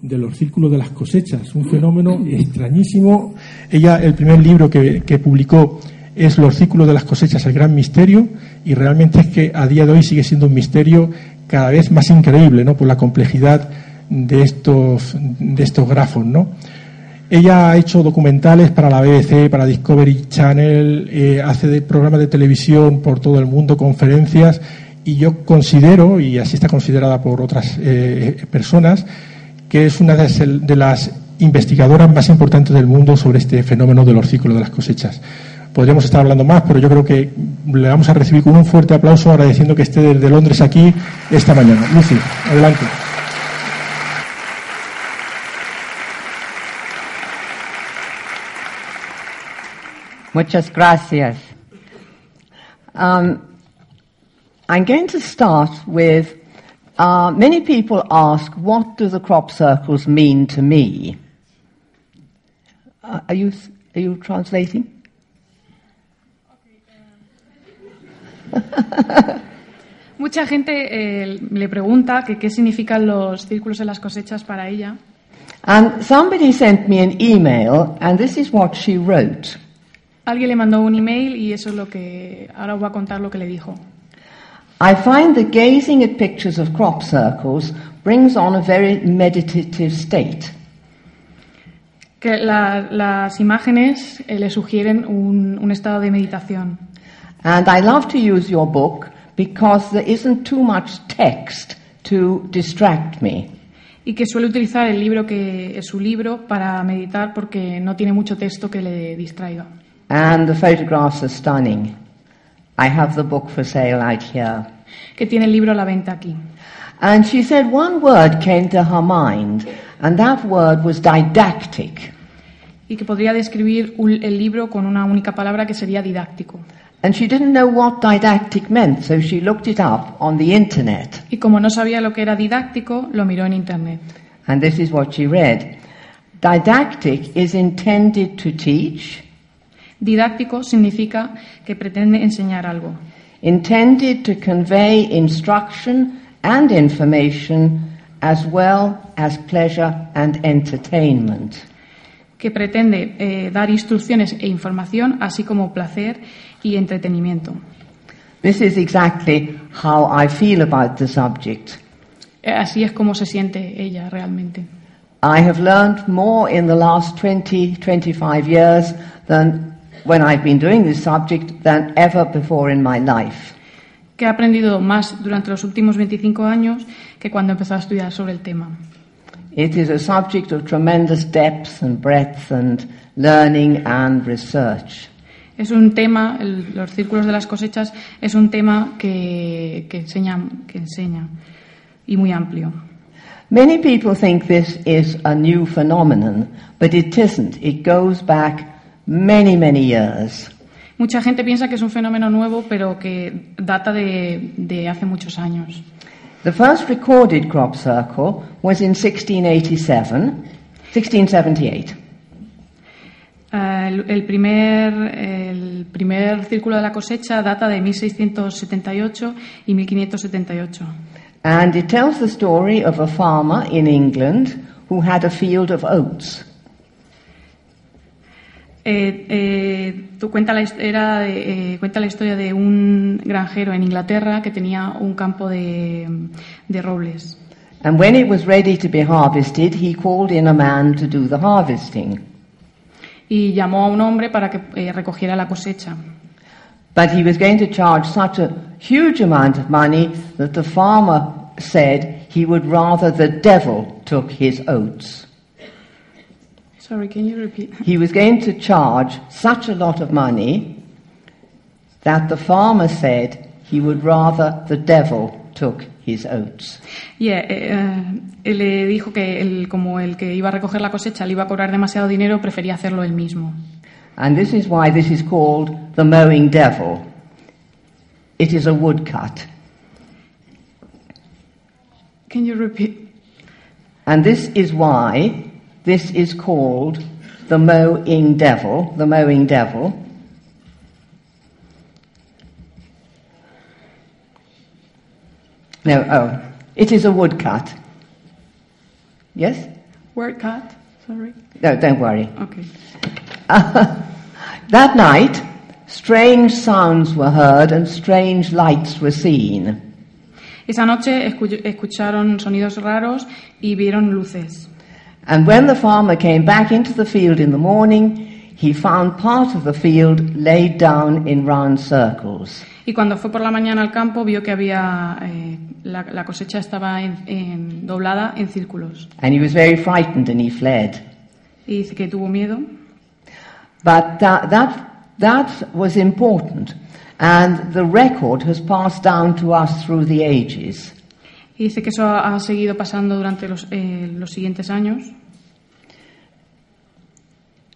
de los círculos de las cosechas, un fenómeno extrañísimo. Ella, el primer libro que, que publicó es Los círculos de las cosechas, el gran misterio, y realmente es que a día de hoy sigue siendo un misterio cada vez más increíble, ¿no? Por la complejidad de estos, de estos grafos, ¿no? Ella ha hecho documentales para la BBC, para Discovery Channel, eh, hace de programas de televisión por todo el mundo, conferencias, y yo considero, y así está considerada por otras eh, personas, que es una de las investigadoras más importantes del mundo sobre este fenómeno del círculos de las cosechas. Podríamos estar hablando más, pero yo creo que le vamos a recibir con un fuerte aplauso agradeciendo que esté desde Londres aquí esta mañana. Lucy, adelante. Muchas gracias. Um, I'm going to start with uh, many people ask, what do the crop circles mean to me? Uh, are, you, are you translating? Mucha gente eh, le pregunta que qué significan los círculos en las cosechas para ella. And Um, somebody sent me an email, and this is what she wrote. Alguien le mandó un email y eso es lo que ahora os voy a contar lo que le dijo. I find that gazing at pictures of crop circles brings on a very meditative state. Que la- las imágenes eh, le sugieren un, un estado de meditación. And I love to use your book because there isn't too much text to distract me. Y que suele utilizar el libro que es su libro para meditar porque no tiene mucho texto que le distraiga. And the photographs are stunning. I have the book for sale out here. Que tiene el libro a la venta aquí. And she said one word came to her mind, and that word was didactic. Y que podría describir un- el libro con una única palabra que sería didáctico. And she didn't know what didactic meant, so she looked it up on the internet. Y como no sabía lo que era didáctico, lo miró en internet. And this is what she read. Didactic is intended to teach, Didáctico significa que pretende enseñar algo. intended to convey instruction and information, as well as pleasure and entertainment. que pretende eh, dar instrucciones e información, así como placer y entretenimiento. This is exactly how I feel about the subject. Eh, Así es como se siente ella realmente. I have learned more in the last 20, 25 years than when I've been doing this subject than ever before in my life. Que ha aprendido más durante los últimos 25 años que cuando empezó a estudiar sobre el tema. It is a subject of tremendous depth and breadth and learning and research. Es un tema, el- los círculos de las cosechas, es un tema que, que enseña, que enseña y muy amplio. Many people think this is a new phenomenon, but it isn't. It goes back many, many years. Mucha gente piensa que es un fenómeno nuevo, pero que data de- de hace muchos años. The first recorded crop circle was in 1687, 1678. Ah, El, el primer, el primer círculo de la cosecha data de 1678 y 1578 And it tells the story of a farmer in England who had a field of oats. Eh, eh, tú cuenta la, his- era de- eh, cuenta la historia de un granjero en Inglaterra que tenía un campo de, de robles. And when it was ready to be harvested, he called in a man to do the harvesting. Y llamó a un hombre para que eh, recogiera la cosecha. But he was going to charge such a huge amount of money that the farmer said he would rather the devil took his oats. Sorry, can you repeat? He was going to charge such a lot of money that the farmer said he would rather the devil took his oats. Y eh, eh, él le dijo que él, como el que iba a recoger la cosecha le iba a cobrar demasiado dinero, prefería hacerlo él mismo. And this is why this is called the mowing devil. It is a woodcut. Can you repeat? And this is why this is called the mowing devil, the mowing devil. No, oh, it is a woodcut. Yes? Word cut, sorry. No, don't worry. Okay. that night, strange sounds were heard and strange lights were seen. Esa noche escu- escucharon sonidos raros y vieron luces. And when the farmer came back into the field in the morning, he found part of the field laid down in round circles. Y cuando fue por la mañana al campo vio que había eh, la, la cosecha estaba en- en- doblada en círculos. And he was very frightened and he fled. Y dice que tuvo miedo. But that, that, that was important. And the record has passed down to us through the ages. Y dice que eso ha, ha seguido pasando durante los, eh, los siguientes años.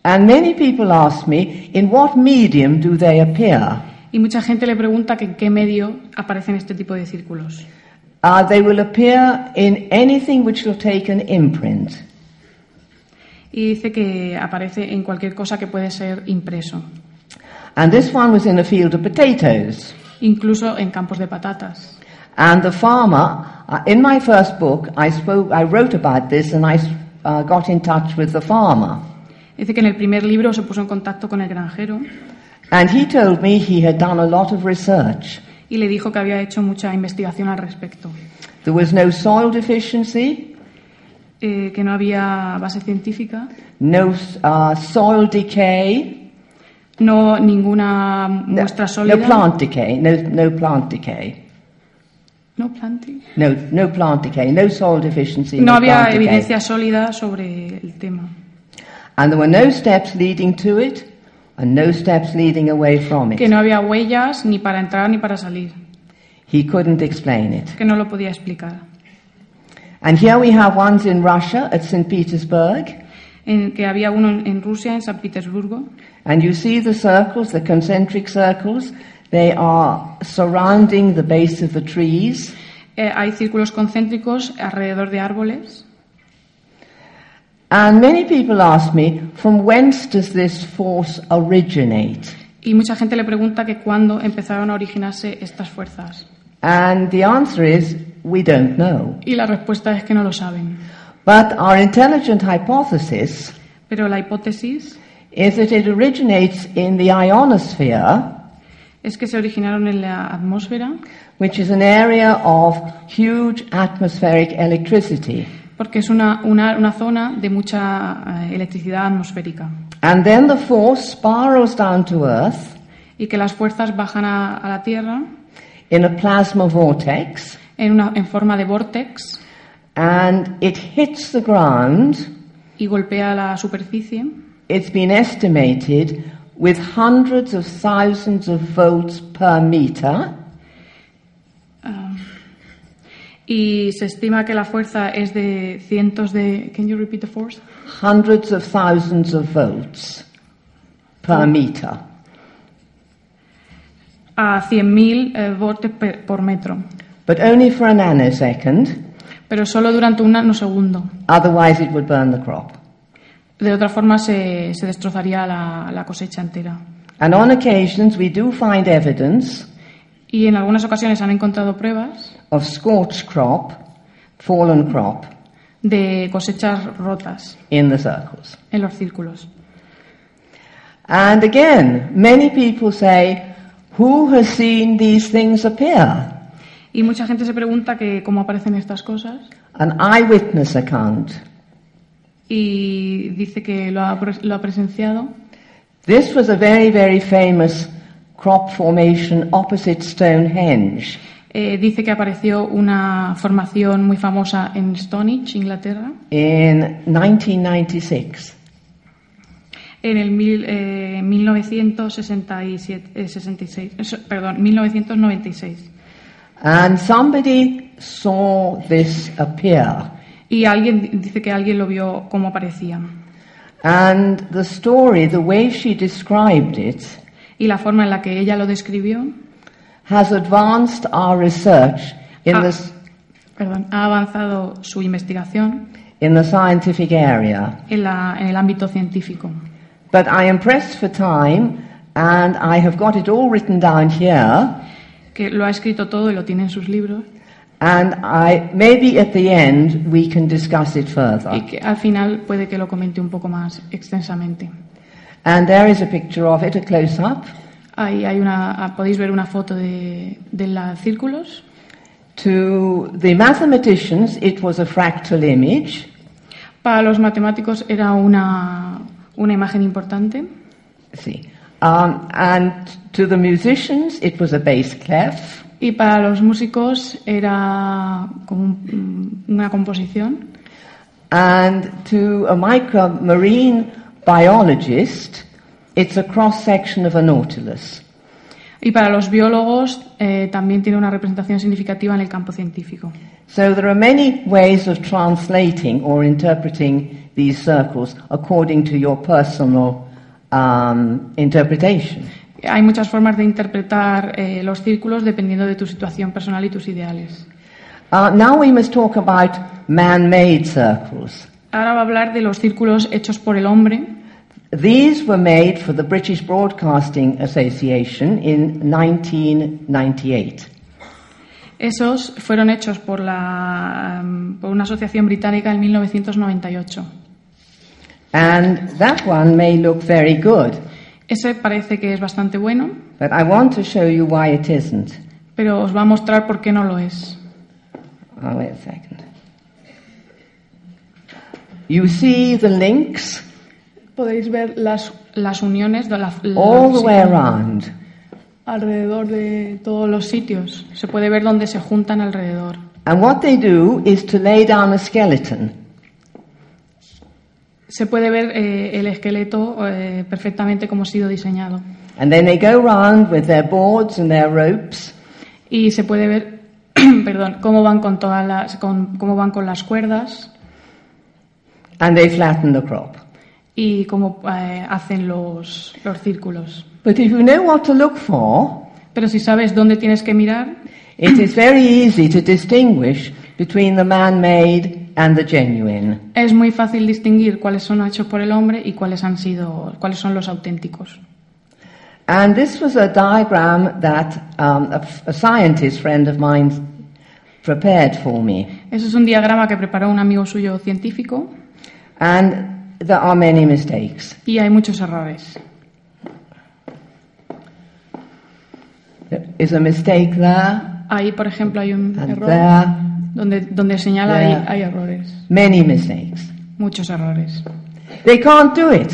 And many people ask me, in what medium do they appear? Y mucha gente le pregunta que en qué medio aparecen este tipo de círculos. Uh, they will appear in anything which will take an imprint. Y dice que aparece en cualquier cosa que puede ser impreso, And this one was in a field of potatoes. incluso en campos de patatas. And the farmer, uh, in my first book, I spoke, I wrote about this, and I uh, got in touch with the farmer. Dice que en el primer libro se puso en contacto con el granjero And he told me he had done a lot of research. y le dijo que había hecho mucha investigación al respecto, There was no soil deficiency, eh, que no había base científica, no uh, soil decay, no ninguna muestra no sólida. plant decay, no, no plant decay, No planting. no no plant decay, no soil deficiency. No no había plant decay. evidencia sólida sobre el tema. And there were no steps leading to it, and no steps leading away from Que it. no había huellas ni para entrar ni para salir. He couldn't explain it. Que no lo podía explicar. And here we have ones in Russia at St. Petersburg. En que había uno en- en Rusia, en San Petersburgo, And you see the circles, the concentric circles, they are surrounding the base of the trees. Eh, hay círculos concéntricos alrededor de árboles. And many people ask me, from whence does this force originate? Y mucha gente le pregunta que cuándo empezaron a originarse estas fuerzas. And the answer is, we don't know. Y la respuesta es que no lo saben. But our intelligent hypothesis Pero la hipótesis is that it originates in the ionosphere, es que se originaron en la atmósfera which is an area of huge atmospheric electricity. porque es una, una- una zona de mucha eh, electricidad atmosférica And then the force spirals down to Earth y que las fuerzas bajan a, a la Tierra in a plasma vortex. en, una, en forma de vórtex and it hits the ground. y golpea la superficie It's been estimated with hundreds of thousands of volts per meter, Ah. y se estima que la fuerza es de cientos de... Can you repeat the force? hundreds of thousands of volts per meter. a 100.000 eh, voltios per- por metro, But only for a nanosecond, pero solo durante un nanosegundo. otherwise it would burn the crop. De otra forma se, se destrozaría la, la cosecha entera. And on occasions we do find evidence Y en algunas ocasiones han encontrado pruebas of scorched crop, fallen crop, de cosechas rotas in the circles. en los círculos. And again, many people say, who has seen these things appear? Y mucha gente se pregunta que cómo aparecen estas cosas an eyewitness account. y dice que lo ha, pre- lo ha presenciado. This was a very, very famous crop formation opposite Stonehenge. Eh, dice que apareció una formación muy famosa en Stonehenge, Inglaterra, In 1996, en el mil, eh, 1967, eh, 66, eso, perdón, 1996. and somebody saw this appear. Y alguien di- dice que alguien lo vio como aparecía. And the story, the way she described it, Y la forma en la que ella lo describió has advanced our research in, Ah. the, s- perdón, ha avanzado su investigación in the scientific area. en, la- en el ámbito científico. But I am pressed for time, and I have got it all written down here. Que lo ha escrito todo y lo tiene en sus libros. And I, maybe at the end we can discuss it y further. que al final puede que lo comente un poco más extensamente. And there is a picture of it, a close up, Ahí hay una, ah, podéis ver una foto de, de los círculos. To the mathematicians, it was a fractal image. Para los matemáticos era una, una imagen importante. See, um, and to the musicians, it was a bass clef. Y para los músicos era como un- una composición. And to a micromarine biologist, it's a cross section of a nautilus. Y para los biólogos eh, también tiene una representación significativa en el campo científico. So there are many ways of translating or interpreting these circles according to your personal um, interpretation. Hay muchas formas de interpretar eh, los círculos dependiendo de tu situación personal y tus ideales. Uh, now we must talk about man made circles. Ahora va a hablar de los círculos hechos por el hombre. These were made for the British Broadcasting Association in 1998. Esos fueron hechos por, la, mm, por una asociación británica en 1998. And that one may look very good, Ese parece que es bastante bueno, but I want to show you why it isn't. pero os va a mostrar por qué no lo es. Oh, wait a second. You see the links Podéis ver las, las uniones de la- all los- the way around. alrededor de todos los sitios. Se puede ver dónde se juntan alrededor. And what they do is to lay down a skeleton. Se puede ver eh, el esqueleto eh, perfectamente como ha sido diseñado. And then they go round with their boards and their ropes, Y se puede ver, perdón, cómo van con todas las, con, cómo van con las cuerdas and they flatten the crop. y cómo eh, hacen los, los círculos. But if you know what to look for, Pero si sabes dónde tienes que mirar, It is very easy to distinguish between the man made and the genuine. es muy fácil distinguir cuáles son hechos por el hombre y cuáles han sido, cuáles son los auténticos. And this was a diagram that um, a, f- a scientist friend of mine prepared for me. Eso es un diagrama que preparó un amigo suyo científico And there are many mistakes. y hay muchos errores. There is a mistake there Ahí, por ejemplo, hay un and error there, donde, donde señala hay, Yeah. hay errores, many mistakes. muchos errores. They can't do it.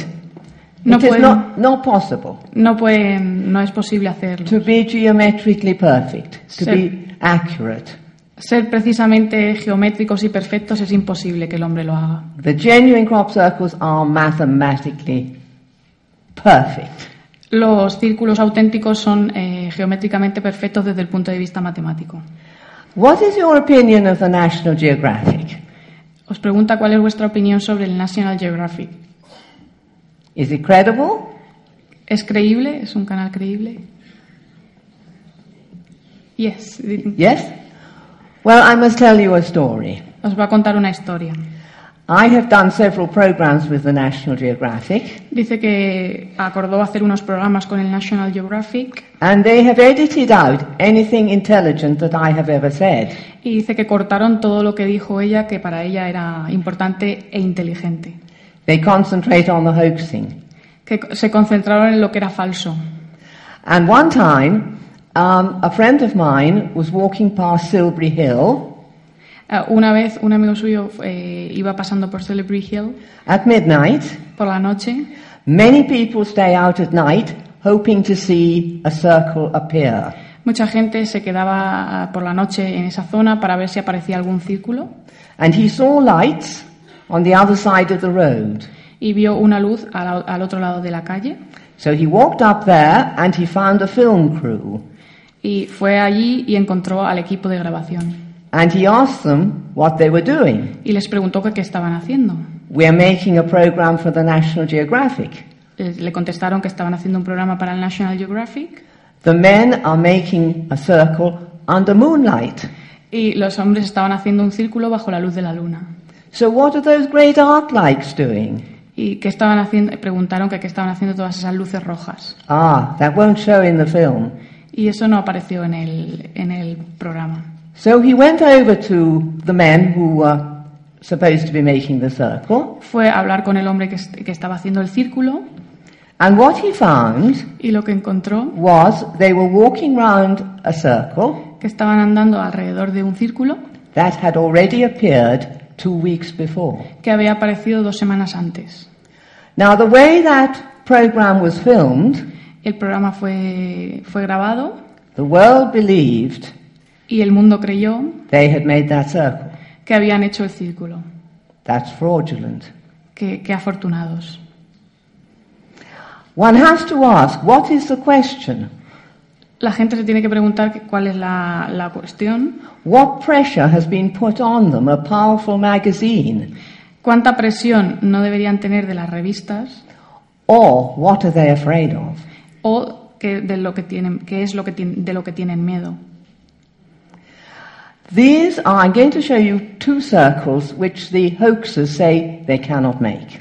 No it is pueden. not, not possible No pueden, no es posible hacerlo. to be geometrically perfect, to Sure. be accurate. Ser precisamente geométricos y perfectos es imposible que el hombre lo haga. The genuine crop circles are mathematically perfect. Los círculos auténticos son eh, geométricamente perfectos desde el punto de vista matemático. What is your opinion of the National Geographic? Os pregunta cuál es vuestra opinión sobre el National Geographic. Is it credible? ¿Es creíble? ¿Es un canal creíble? Yes. Yes? Well, I must tell you a story. Os va a contar una historia. I have done several programs with the National Geographic, Dice que acordó hacer unos programas con el National Geographic and they have edited out anything intelligent that I have ever said. y dice que cortaron todo lo que dijo ella que para ella era importante e inteligente. They concentrate on the hoaxing. Que co- se concentraron en lo que era falso. And one time, um, a friend of mine was walking past Silbury Hill Ah, Una vez un amigo suyo eh, iba pasando por Celebrity Hill at midnight. por la noche Many people stay out at night hoping to see a circle appear. Mucha gente se quedaba eh, por la noche en esa zona para ver si aparecía algún círculo And he saw lights on the other side of the road. y vio una luz al, al otro lado de la calle So he walked up there and he found a film crew. y fue allí y encontró al equipo de grabación And he asked them what they were doing. y les preguntó que qué estaban haciendo. We're making a program for the National Geographic. Eh, Le contestaron que estaban haciendo un programa para el National Geographic The men are making a circle under moonlight. y los hombres estaban haciendo un círculo bajo la luz de la luna. So what are those great arc lights doing? Y que estaban haciendo, preguntaron que qué estaban haciendo todas esas luces rojas. Ah, that won't show in the film. Y eso no apareció en el, en el programa. So he went over to the men who were supposed to be making the circle, Fue a hablar con el hombre que, est- que estaba haciendo el círculo and what he found y lo que encontró was they were walking round a circle que estaban andando alrededor de un círculo that had already appeared two weeks before. que había aparecido dos semanas antes. Now, the way that program was filmed, El programa fue, fue grabado the world believed y el mundo creyó they had made that circle. que habían hecho el círculo. That's fraudulent. Qué, qué afortunados. One has to ask, what is the question? La gente se tiene que preguntar que- cuál es la, la cuestión. What pressure has been put on them, a powerful magazine? ¿Cuánta presión no deberían tener de las revistas Or what are they afraid of? o que- de lo que tienen, qué es lo que tien- de lo que tienen miedo? These are, I'm going to show you two circles which the hoaxers say they cannot make.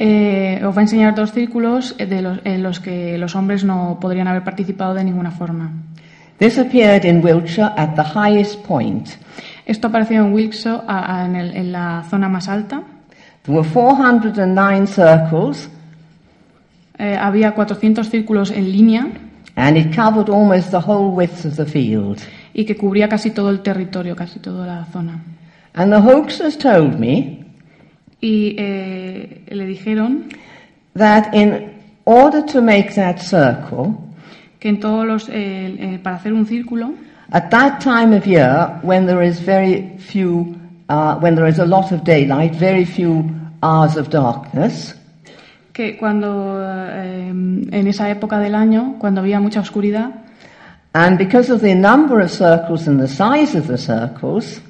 Eh, os voy a enseñar dos círculos eh, de los- en los que los hombres no podrían haber participado de ninguna forma. This appeared in Wiltshire at the highest point. Esto apareció en Wilkshire a- a- en, el- en la zona más alta. There were 409 circles, Eh, había 400 círculos en línea and it covered almost the whole width of the field. y que cubría casi todo el territorio, casi toda la zona. And the hoaxers told me Y eh, le dijeron that in order to make that circle, que en todos los eh, eh, para hacer un círculo at that time of year when there is very few, uh, when there is a lot of daylight, very few hours of darkness, que cuando eh, en esa época del año cuando había mucha oscuridad and because of the number of circles and the size of the circles,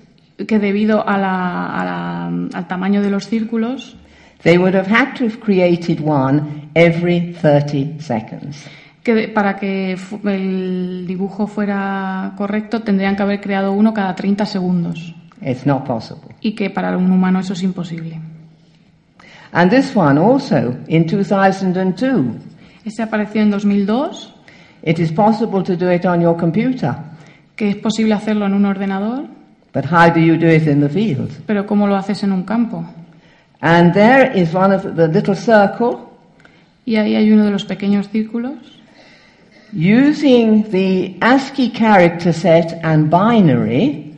que debido a la- a la- al tamaño de los círculos they would have had to have created one every 30 seconds. que de- para que fu- el dibujo fuera correcto tendrían que haber creado uno cada 30 segundos It's not possible. y que para un humano eso es imposible. And this one also in 2002. Este apareció en 2002, It is possible to do it on your computer, que es posible hacerlo en un ordenador, but how do you do it in the field? pero ¿cómo lo haces en un campo? And there is one of the little circle Y ahí hay uno de los pequeños círculos using the ASCII character set and binary.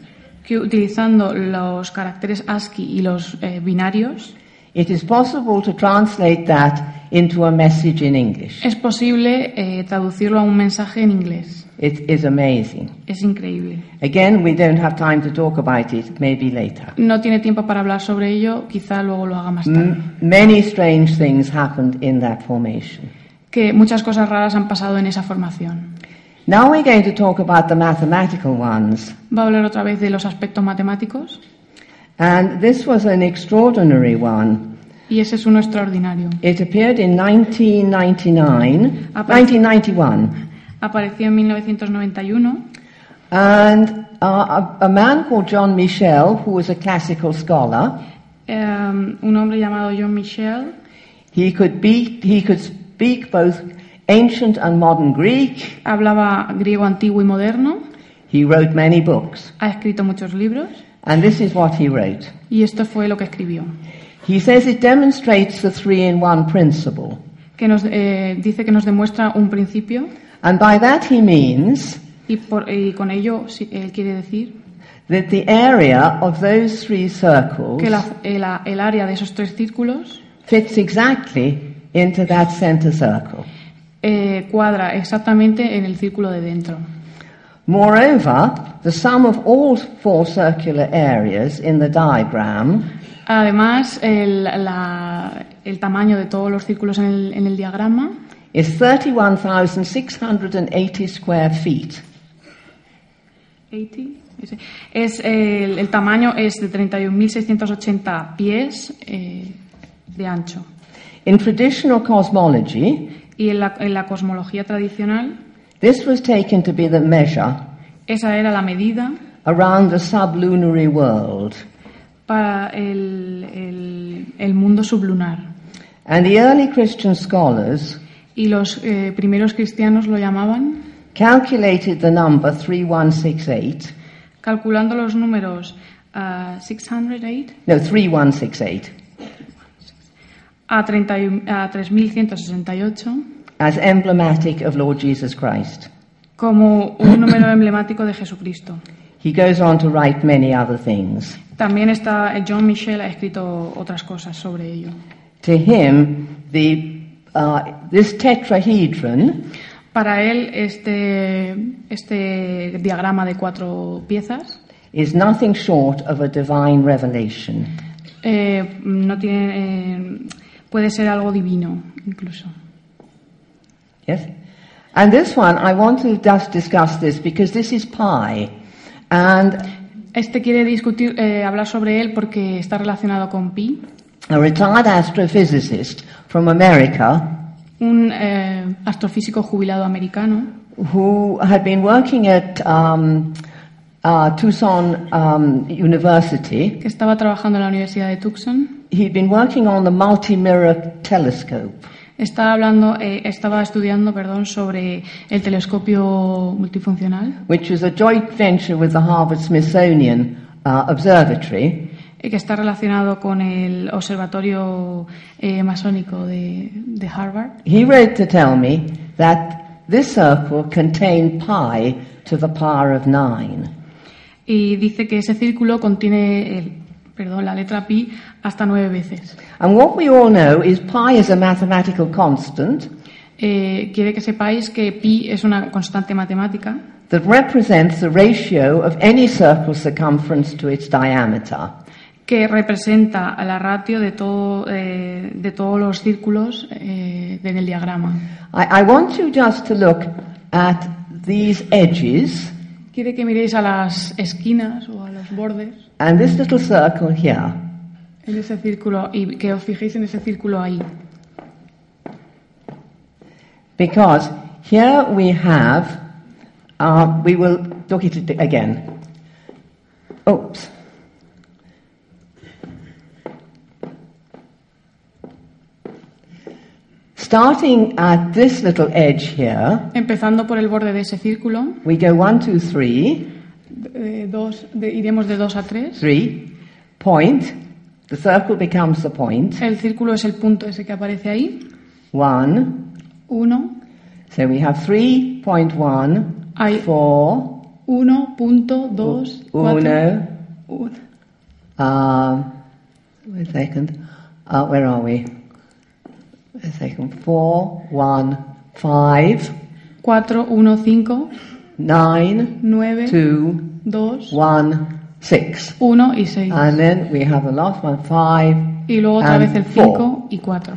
que utilizando los caracteres ASCII y los eh, binarios It is possible to translate that into a message in English. es posible eh, traducirlo a un mensaje en inglés. It is amazing. Es increíble. Again, we don't have time to talk about it, maybe later. No tiene tiempo para hablar sobre ello, quizá luego lo haga más tarde. M- many strange things happened in that formation. que muchas cosas raras han pasado en esa formación. Now we're going to talk about the mathematical ones. Va a hablar otra vez de los aspectos matemáticos And this was an extraordinary one. y ese es uno extraordinario. It appeared in 1999, Apare- 1991. Apareció en 1991 And uh, a, a man called John Michel, who was a classical scholar, eh, un hombre llamado John Michel he could, be, he could speak both ancient and modern Greek. hablaba griego antiguo y moderno, He wrote many books. ha escrito muchos libros And this is what he wrote. y esto fue lo que escribió, He says it demonstrates the three in one principle. que nos eh, dice que nos demuestra un principio And by that he means y, por- y con ello sí, él quiere decir that the area of those three circles que la- el, el área de esos tres círculos fits exactly into that center circle. eh, cuadra exactamente en el círculo de dentro. Moreover, the sum of all four circular areas in the diagram Además, el, la- el tamaño de todos los círculos en el, en el diagrama is 31,680 square feet. 80, ese, es eh, el, el tamaño es de 31.680 pies eh, de ancho. In traditional cosmology, Y en la, en la cosmología tradicional, this was taken to be the measure esa era la medida around the sublunary world. para el, el- el mundo sublunar. And the early Christian scholars Y los eh, primeros cristianos lo llamaban, calculated the number 3168 calculando los números uh, 608 No, 3168. a, 30 y- a 3.168 As emblematic of Lord Jesus Christ. como un número emblemático de Jesucristo. He goes on to write many other things. También está eh, John Michel ha escrito otras cosas sobre ello. To him, the, uh, this tetrahedron Para él este, este diagrama de cuatro piezas is nothing short of a divine revelation. eh, no tiene, eh, puede ser algo divino incluso. Yes? And this one, I want to just discuss this because this is pi. And Este quiere discutir, eh, hablar sobre él porque está relacionado con pi. a retired astrophysicist from America Un eh, astrofísico jubilado americano who had been working at um, uh, Tucson um, University, que estaba trabajando en la Universidad de Tucson. he'd been working on the multi mirror telescope. Estaba hablando, eh, estaba estudiando, perdón, sobre el telescopio multifuncional which was a joint venture with the Harvard Smithsonian uh, Observatory, eh, que está relacionado con el observatorio eh, masónico de, de Harvard. he wrote to tell me that this circle contained pi to the power of nine. Y dice que ese círculo contiene el, perdón, la letra pi hasta nueve veces. And what we all know is pi is a mathematical constant Eh, quiere que sepáis que pi es una constante matemática that represents the ratio of any circle's circumference to its diameter. que representa a la ratio de, todo, eh, de todos los círculos eh, en el diagrama. I, I want you just to look at these edges Quiere que miréis a las esquinas o a los bordes and this little circle here. en ese círculo y que os fijéis en ese círculo ahí. Because here we have, uh, we will look at it again. Oops. Starting at this little edge here, Empezando por el borde de ese círculo, we go one, two, three, eh, dos- de- iremos de 2 a 3. three, point. The circle becomes the point. El círculo es el punto ese que aparece ahí. One. 1, So we have three point one, Aye. four, 1, punto, 2, Oh, 4, uno, Um, wait a second. Uh, where are we? Wait a second. Four, one, five, 4, 1, 5, nine, 9, two, 2, one, six. 1 y 6. And then we have the last one, five. Y luego otra and vez el four. 5 y 4.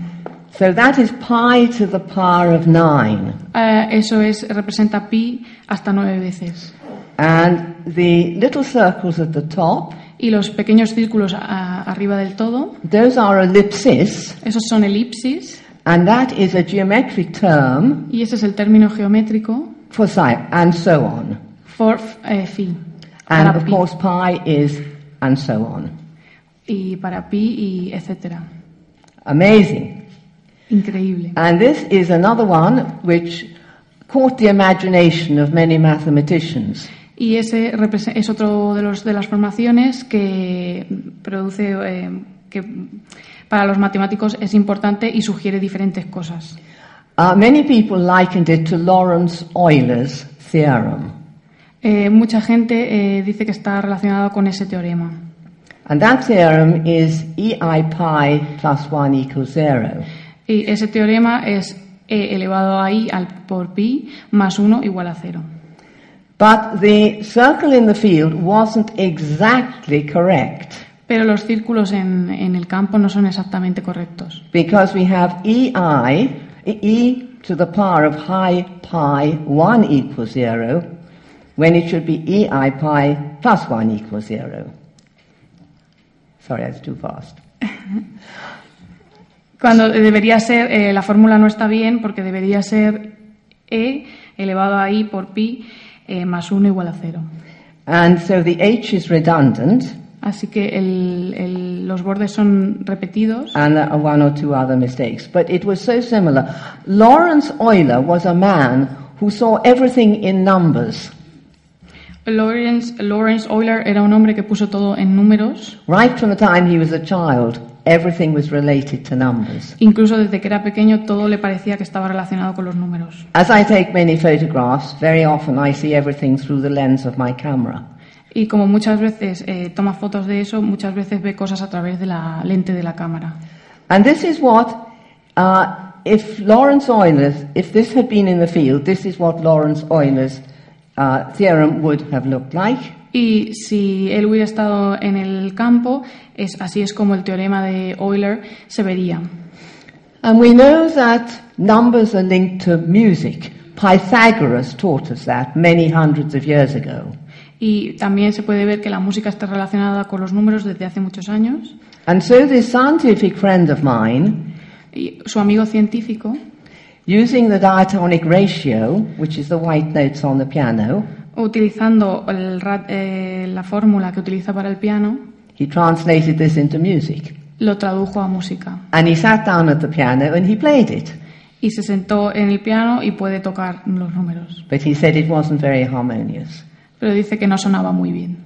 So that is pi to the power of nine. Eh, eso es, representa pi hasta nueve veces. And the little circles at the top, Y los pequeños círculos a- arriba del todo, those are ellipses, esos son elipsis, and that is a geometric term y ese es el término geométrico for psi, and so on. for eh, phi. And Para of pi. course, pi is, and so on. y para pi y etcétera. Amazing. Increíble. And this is another one which caught the imagination of many mathematicians. Y ese represe- es otro de, los, de las formaciones que produce, eh, que para los matemáticos es importante y sugiere diferentes cosas. Uh, many people likened it to Lawrence Euler's theorem. Eh, mucha gente eh, dice que está relacionado con ese teorema. And that theorem is EI pi plus 1 equals 0. Y ese teorema es e elevado a i al, por pi más 1 igual a 0. But the circle in the field wasn't exactly correct Pero los círculos en, en el campo no son exactamente correctos. because we have EI, E to the power of high pi 1 equals 0 when it should be EI pi plus 1 equals 0. Sorry, that's too fast. Cuando debería ser, eh, la fórmula no está bien porque debería ser e elevado a i por pi eh, más 1 igual a 0. And so the H is redundant Así que el- el- los bordes son repetidos and there are one or two other mistakes, but it was so similar. Lawrence Euler was a man who saw everything in numbers. Lawrence, Lawrence Euler era un hombre que puso todo en números, Right from the time he was a child, everything was related to numbers. incluso desde que era pequeño todo le parecía que estaba relacionado con los números. As I take many photographs, very often I see everything through the lens of my camera. Y como muchas veces eh, toma fotos de eso, muchas veces ve cosas a través de la lente de la cámara. And this is what, uh, if Lawrence Euler's, if this had been in the field, this is what Lawrence Euler's uh, theorem would have looked like. Y si él hubiera estado en el campo, es, así es como el teorema de Euler se vería. And we know that numbers are linked to music. Pythagoras taught us that many hundreds of years ago. Y también se puede ver que la música está relacionada con los números desde hace muchos años. And so this scientific friend of mine, Y su amigo científico using the diatonic ratio, which is the white notes on the piano, Utilizando el ra- eh, la fórmula que utiliza para el piano, he translated this into music. lo tradujo a música And he sat down at the piano and he played it. y se sentó en el piano y puede tocar los números, But he said it wasn't very harmonious. pero dice que no sonaba muy bien.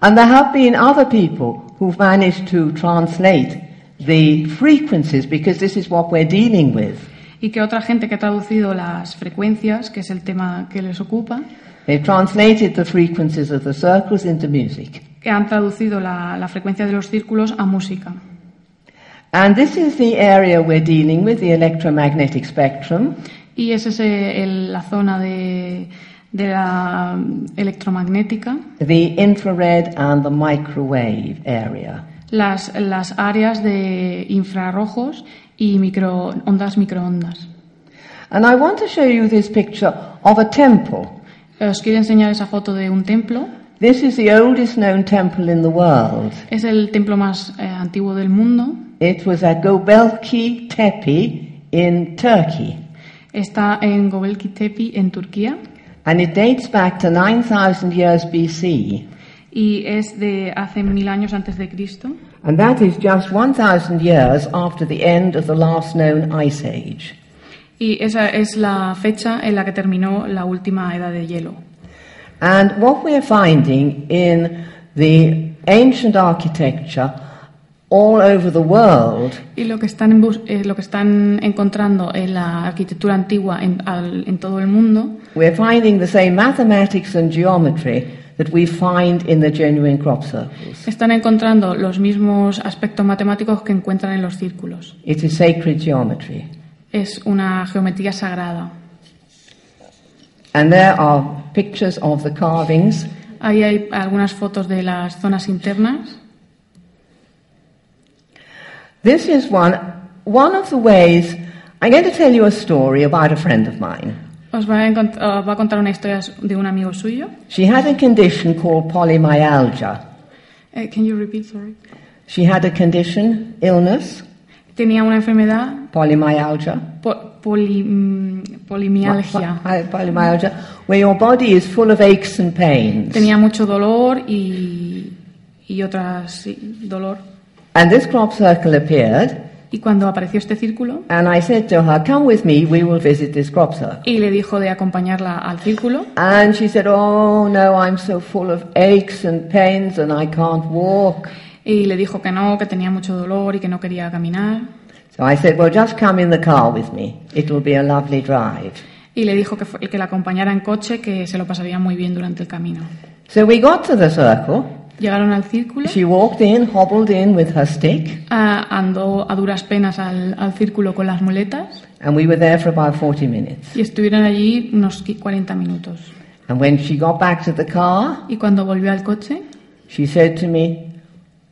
And there have been other people who've managed to translate the frequencies because this is what we're dealing with. Y que otra gente que ha traducido las frecuencias, que es el tema que les ocupa, They've translated the frequencies of the circles into music. que han traducido la, la frecuencia de los círculos a música. And this is the area we're dealing with, the electromagnetic spectrum. Y esa es eh, el- la zona de, de la mm, electromagnética, the infrared and the microwave area. las, las áreas de infrarrojos y microondas, microondas. And I want to show you this picture of a temple. Os quiero enseñar esa foto de un templo. This is the oldest known temple in the world. Es el templo más eh, antiguo del mundo. It was at Gobelki Tepe in Turkey. Está en Gobelki Tepe, en Turquía, And it dates back to 9,000 years BC. y es de hace mil años antes de Cristo. And that is just 1,000 years after the end of the last known ice age. Y esa es la fecha en la que terminó la última edad de hielo. And what we're finding in the ancient architecture all over the world Y lo que están, en bus- eh, lo que están encontrando en la arquitectura antigua en, al- en todo el mundo We're finding the same mathematics and geometry that we find in the genuine crop circles. están encontrando los mismos aspectos matemáticos que encuentran en los círculos. It is sacred geometry. Es una geometría sagrada. And there are pictures of the carvings, Ahí hay algunas fotos de las zonas internas. This is one, one of the ways. I'm going to tell you a story about a friend of mine. Os va a, encont- os va a contar una historia de un amigo suyo. She had a condition called polymyalgia. Eh, can you repeat, sorry? She had a condition, illness, Tenía una enfermedad, polymyalgia. po- poli- mm, polimialgia. Poly- Polymyalgia, where your body is full of aches and pains. Tenía mucho dolor y, y otras sí, dolor. And this crop circle appeared. Y cuando apareció este círculo, And I said to her, Come with me, we will visit this crop circle. y le dijo de acompañarla al círculo, And she said, Oh no, I'm so full of aches and pains and I can't walk. y le dijo que no, que tenía mucho dolor y que no quería caminar. So I said, Well, just come in the car with me. It'll be a lovely drive. Y le dijo que, fu- que la acompañara en coche, que se lo pasaría muy bien durante el camino. So we got to the circle. Llegaron al círculo. She walked in, hobbled in with her stick, Ah, andó a duras penas al, al círculo con las muletas and we were there for about 40 minutes. y estuvieron allí unos qui- 40 minutos. And when she got back to the car, Y cuando volvió al coche, she said to me,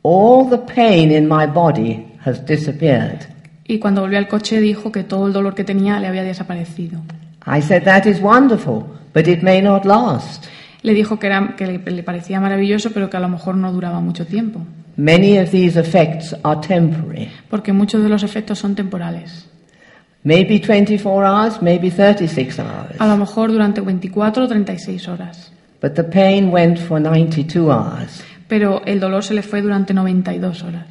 All the pain in my body has disappeared. y cuando volvió al coche dijo que todo el dolor que tenía le había desaparecido. I said, That is wonderful, but it may not last. Le dijo que, era, que le, le parecía maravilloso, pero que a lo mejor no duraba mucho tiempo, Many of these effects are temporary, porque muchos de los efectos son temporales. maybe 24 hours, maybe 36 hours. A lo mejor durante 24 o 36 horas, But the pain went for 92 hours. pero el dolor se le fue durante 92 horas.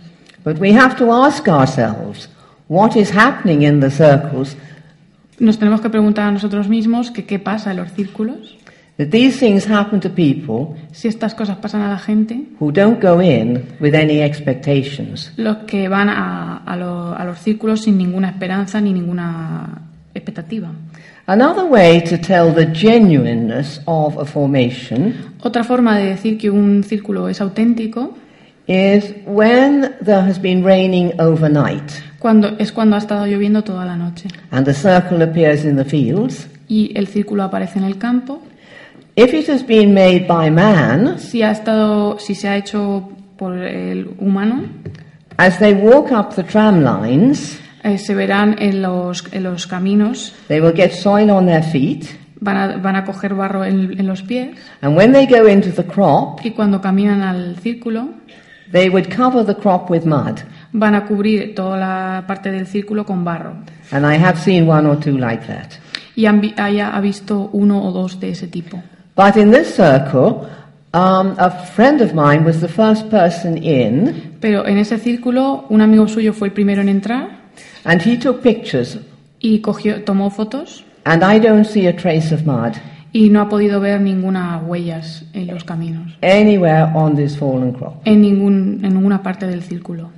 But we have to ask ourselves what is happening in the circles Nos tenemos que preguntar a nosotros mismos que qué pasa en los círculos that these things happen to people Si estas cosas pasan a la gente, who don't go in with any expectations. los que van a, a lo- a los círculos sin ninguna esperanza ni ninguna expectativa. Another way to tell the genuineness of a formation Otra forma de decir que un círculo es auténtico is when there has been raining overnight cuando, es cuando ha estado lloviendo toda la noche and the circle appears in the fields. y el círculo aparece en el campo. If it has been made by man, Si, ha estado, si se ha hecho por el humano, as they walk up the tram lines, eh, se verán en los, en los caminos, they will get soil on their feet, van a, van a coger barro en, en los pies and when they go into the crop, y cuando caminan al círculo they would cover the crop with mud. van a cubrir toda la parte del círculo con barro. And I have seen one or two like that. y han vi- haya ha visto uno o dos de ese tipo. But in this circle, um, a friend of mine was the first person in, Pero en ese círculo un amigo suyo fue el primero en entrar and he took pictures, y cogió, tomó fotos and I don't see a trace of mud y no ha podido ver ninguna huellas en los caminos, anywhere on this fallen crop. en, ningún, en ninguna parte del círculo.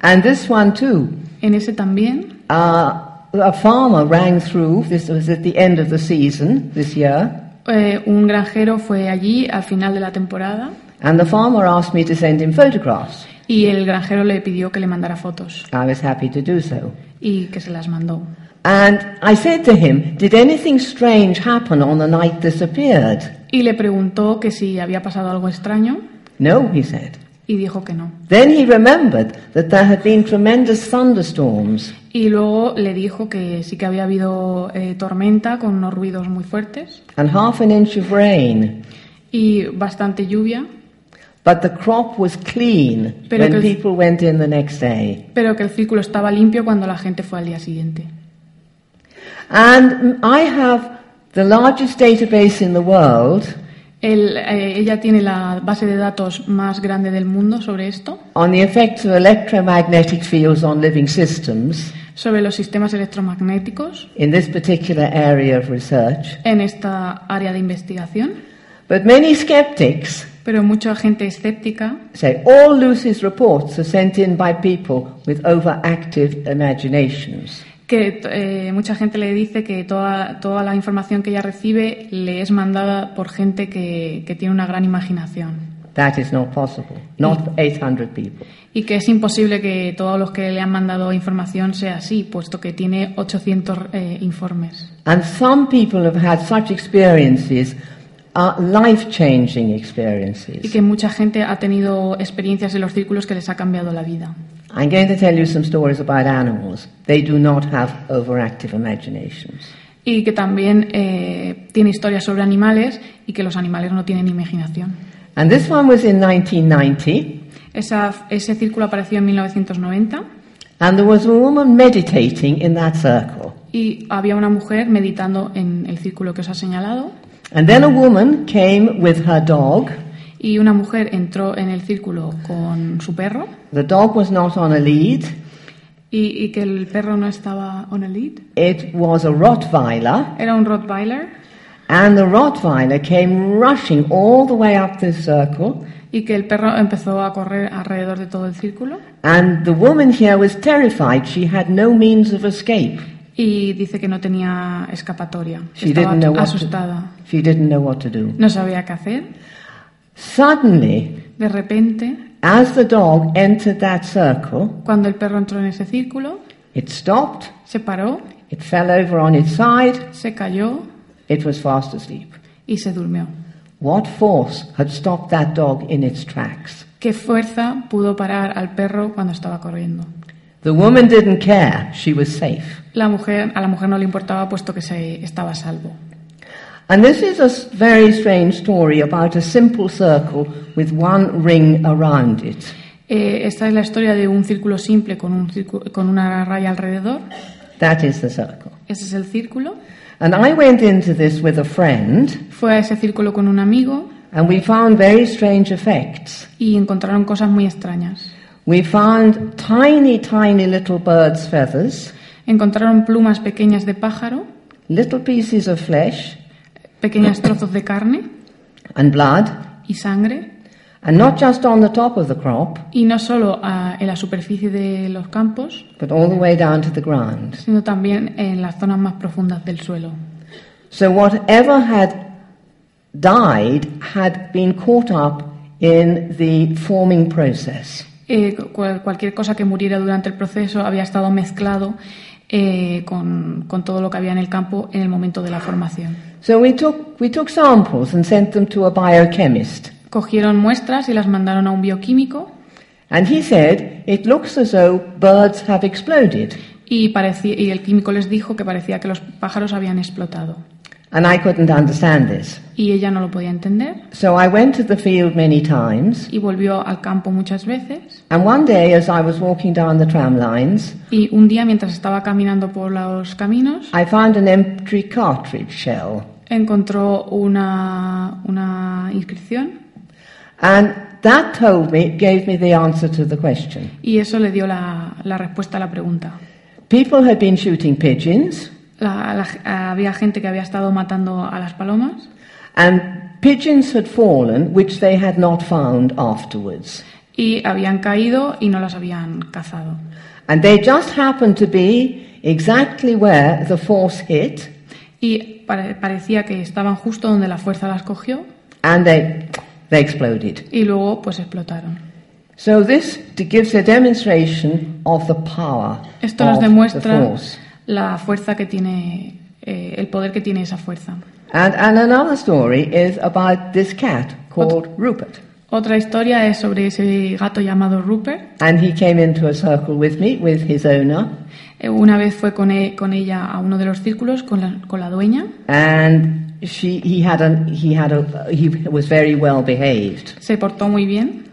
And this one too, En ese también uh, a farmer rang through, this was at the end of the season this year, eh, un granjero fue allí al final de la temporada and the farmer asked me to send him photographs. y el granjero le pidió que le mandara fotos I was happy to do so. y que se las mandó. And I said to him, Did anything strange happen on the night this appeared? Y le preguntó que si había pasado algo extraño No, he said. y dijo que no. Then he remembered that there had been tremendous thunderstorms, Y luego le dijo que sí que había habido eh, tormenta con unos ruidos muy fuertes and half an inch of rain, y bastante lluvia, but the crop was clean Pero when que- people went in the next day. pero que el círculo estaba limpio cuando la gente fue al día siguiente. And I have the largest database in the world El, eh, ella tiene la base de datos más grande del mundo sobre esto, on the effects of electromagnetic fields on living systems sobre los sistemas electromagnéticos in this particular area of research. en esta área de investigación, But many skeptics pero mucha gente escéptica say all Lucy's reports are sent in by people with overactive imaginations. que t- eh, mucha gente le dice que toda, toda la información que ella recibe le es mandada por gente que- que tiene una gran imaginación. That is not possible. Not for 800 people. Y que es imposible que todos los que le han mandado información sea así, puesto que tiene 800 eh, informes. And some people have had such experiences, uh, life changing Y experiences. que mucha gente ha tenido experiencias en los círculos que les ha cambiado la vida. I'm going to tell you some stories about animals. They do not have overactive imaginations. Y que también eh, tiene historias sobre animales y que los animales no tienen imaginación. And this one was in 1990, Esa- ese círculo apareció en 1990 and there was a woman meditating in that circle. y había una mujer meditando en el círculo que os ha señalado. And then a woman came with her dog. Y una mujer entró en el círculo con su perro The dog was not on a lead, y, y que el perro no estaba on a lead. it was a Rottweiler. Era un Rottweiler And the Rottweiler came rushing all the way up this circle, y que el perro empezó a correr alrededor de todo el círculo and the woman here was terrified. She had no means of escape. y dice que no tenía escapatoria. She Estaba didn't know what asustada. to, She didn't know what to do. No sabía qué hacer. Suddenly, De repente, as the dog entered that circle, cuando el perro entró en ese círculo, it stopped, se paró, it fell over on its side, se cayó it was fast asleep. y se durmió. What force had stopped that dog in its tracks? ¿Qué fuerza pudo parar al perro cuando estaba corriendo? The woman didn't care. She was safe. La mujer, a la mujer no le importaba puesto que se estaba a salvo. And this is a s- very strange story about a simple circle with one ring around it. Eh, esta es la historia de un círculo simple con, un círcu- con una raya alrededor. That is the circle. Ese es el círculo. And I went into this with a friend, Fue a ese círculo con un amigo and we found very strange effects. y encontraron cosas muy extrañas. We found tiny, tiny little birds' feathers, Encontraron plumas pequeñas de pájaro, little pieces of flesh, pequeños trozos de carne and blood, y sangre, and not just on the top of the crop, y no solo ah, en la superficie de los campos, but all the way down to the ground. sino también en las zonas más profundas del suelo. So whatever had died had been caught up in the forming process. Eh, cual- cualquier cosa que muriera durante el proceso había estado mezclado eh, con, con todo lo que había en el campo en el momento de la formación. So we took, we took samples and sent them to a biochemist. Cogieron muestras y las mandaron a un bioquímico And he said, it looks as though birds have exploded. y, parecía, y el químico les dijo que parecía que los pájaros habían explotado. And I couldn't understand this. Y ella no lo podía entender So I went to the field many times. y volvió al campo muchas veces. And one day, as I was walking down the tram lines, Y un día, mientras estaba caminando por los caminos, I found an empty cartridge shell. encontró una, una inscripción And that told me, gave me the answer to the question. y eso le dio la, la respuesta a la pregunta. People had been shooting pigeons, La- la- había gente que había estado matando a las palomas and pigeons had fallen, which they had not found afterwards. y habían caído y no las habían cazado. And they just happened to be exactly where the force hit, Y pare- parecía que estaban justo donde la fuerza las cogió and they, they exploded. y luego pues explotaron. So this d- gives a demonstration of the power Esto of nos the demuestra force. la fuerza que tiene, eh, el poder que tiene esa fuerza. And, and another story is about this cat called Rupert. Otra historia es sobre ese gato llamado Rupert. And he came into a circle with me, with his owner, Eh, Una vez fue con, e- con ella a uno de los círculos con la, con la dueña. and she, he, had a, he, had a, he was very well behaved. Se portó muy bien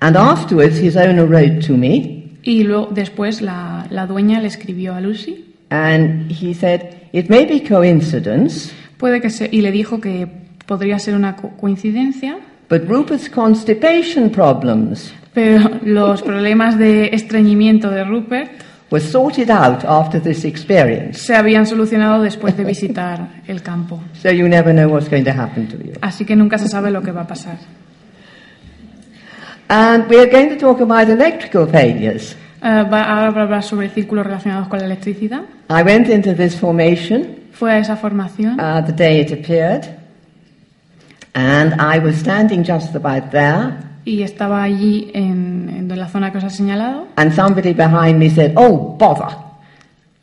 And afterwards, his owner wrote to me, y luego después la, la dueña le escribió a Lucy and he said, It may be coincidence, Puede que se- y le dijo que podría ser una co- coincidencia, but Rupert's constipation problems pero los problemas de estreñimiento de Rupert were sorted out after this experience. se habían solucionado después de visitar el campo. So you never know what's going to happen to you. Así que nunca se sabe lo que va a pasar. And we are going to talk about electrical failures. Eh, va- ahora va a hablar sobre círculos relacionados con la electricidad. I went into this formation Fue a esa formación uh, the day it appeared, and I was standing just about there, y estaba allí en, en la zona que os he señalado. and somebody behind me said, Oh, bother. Eh,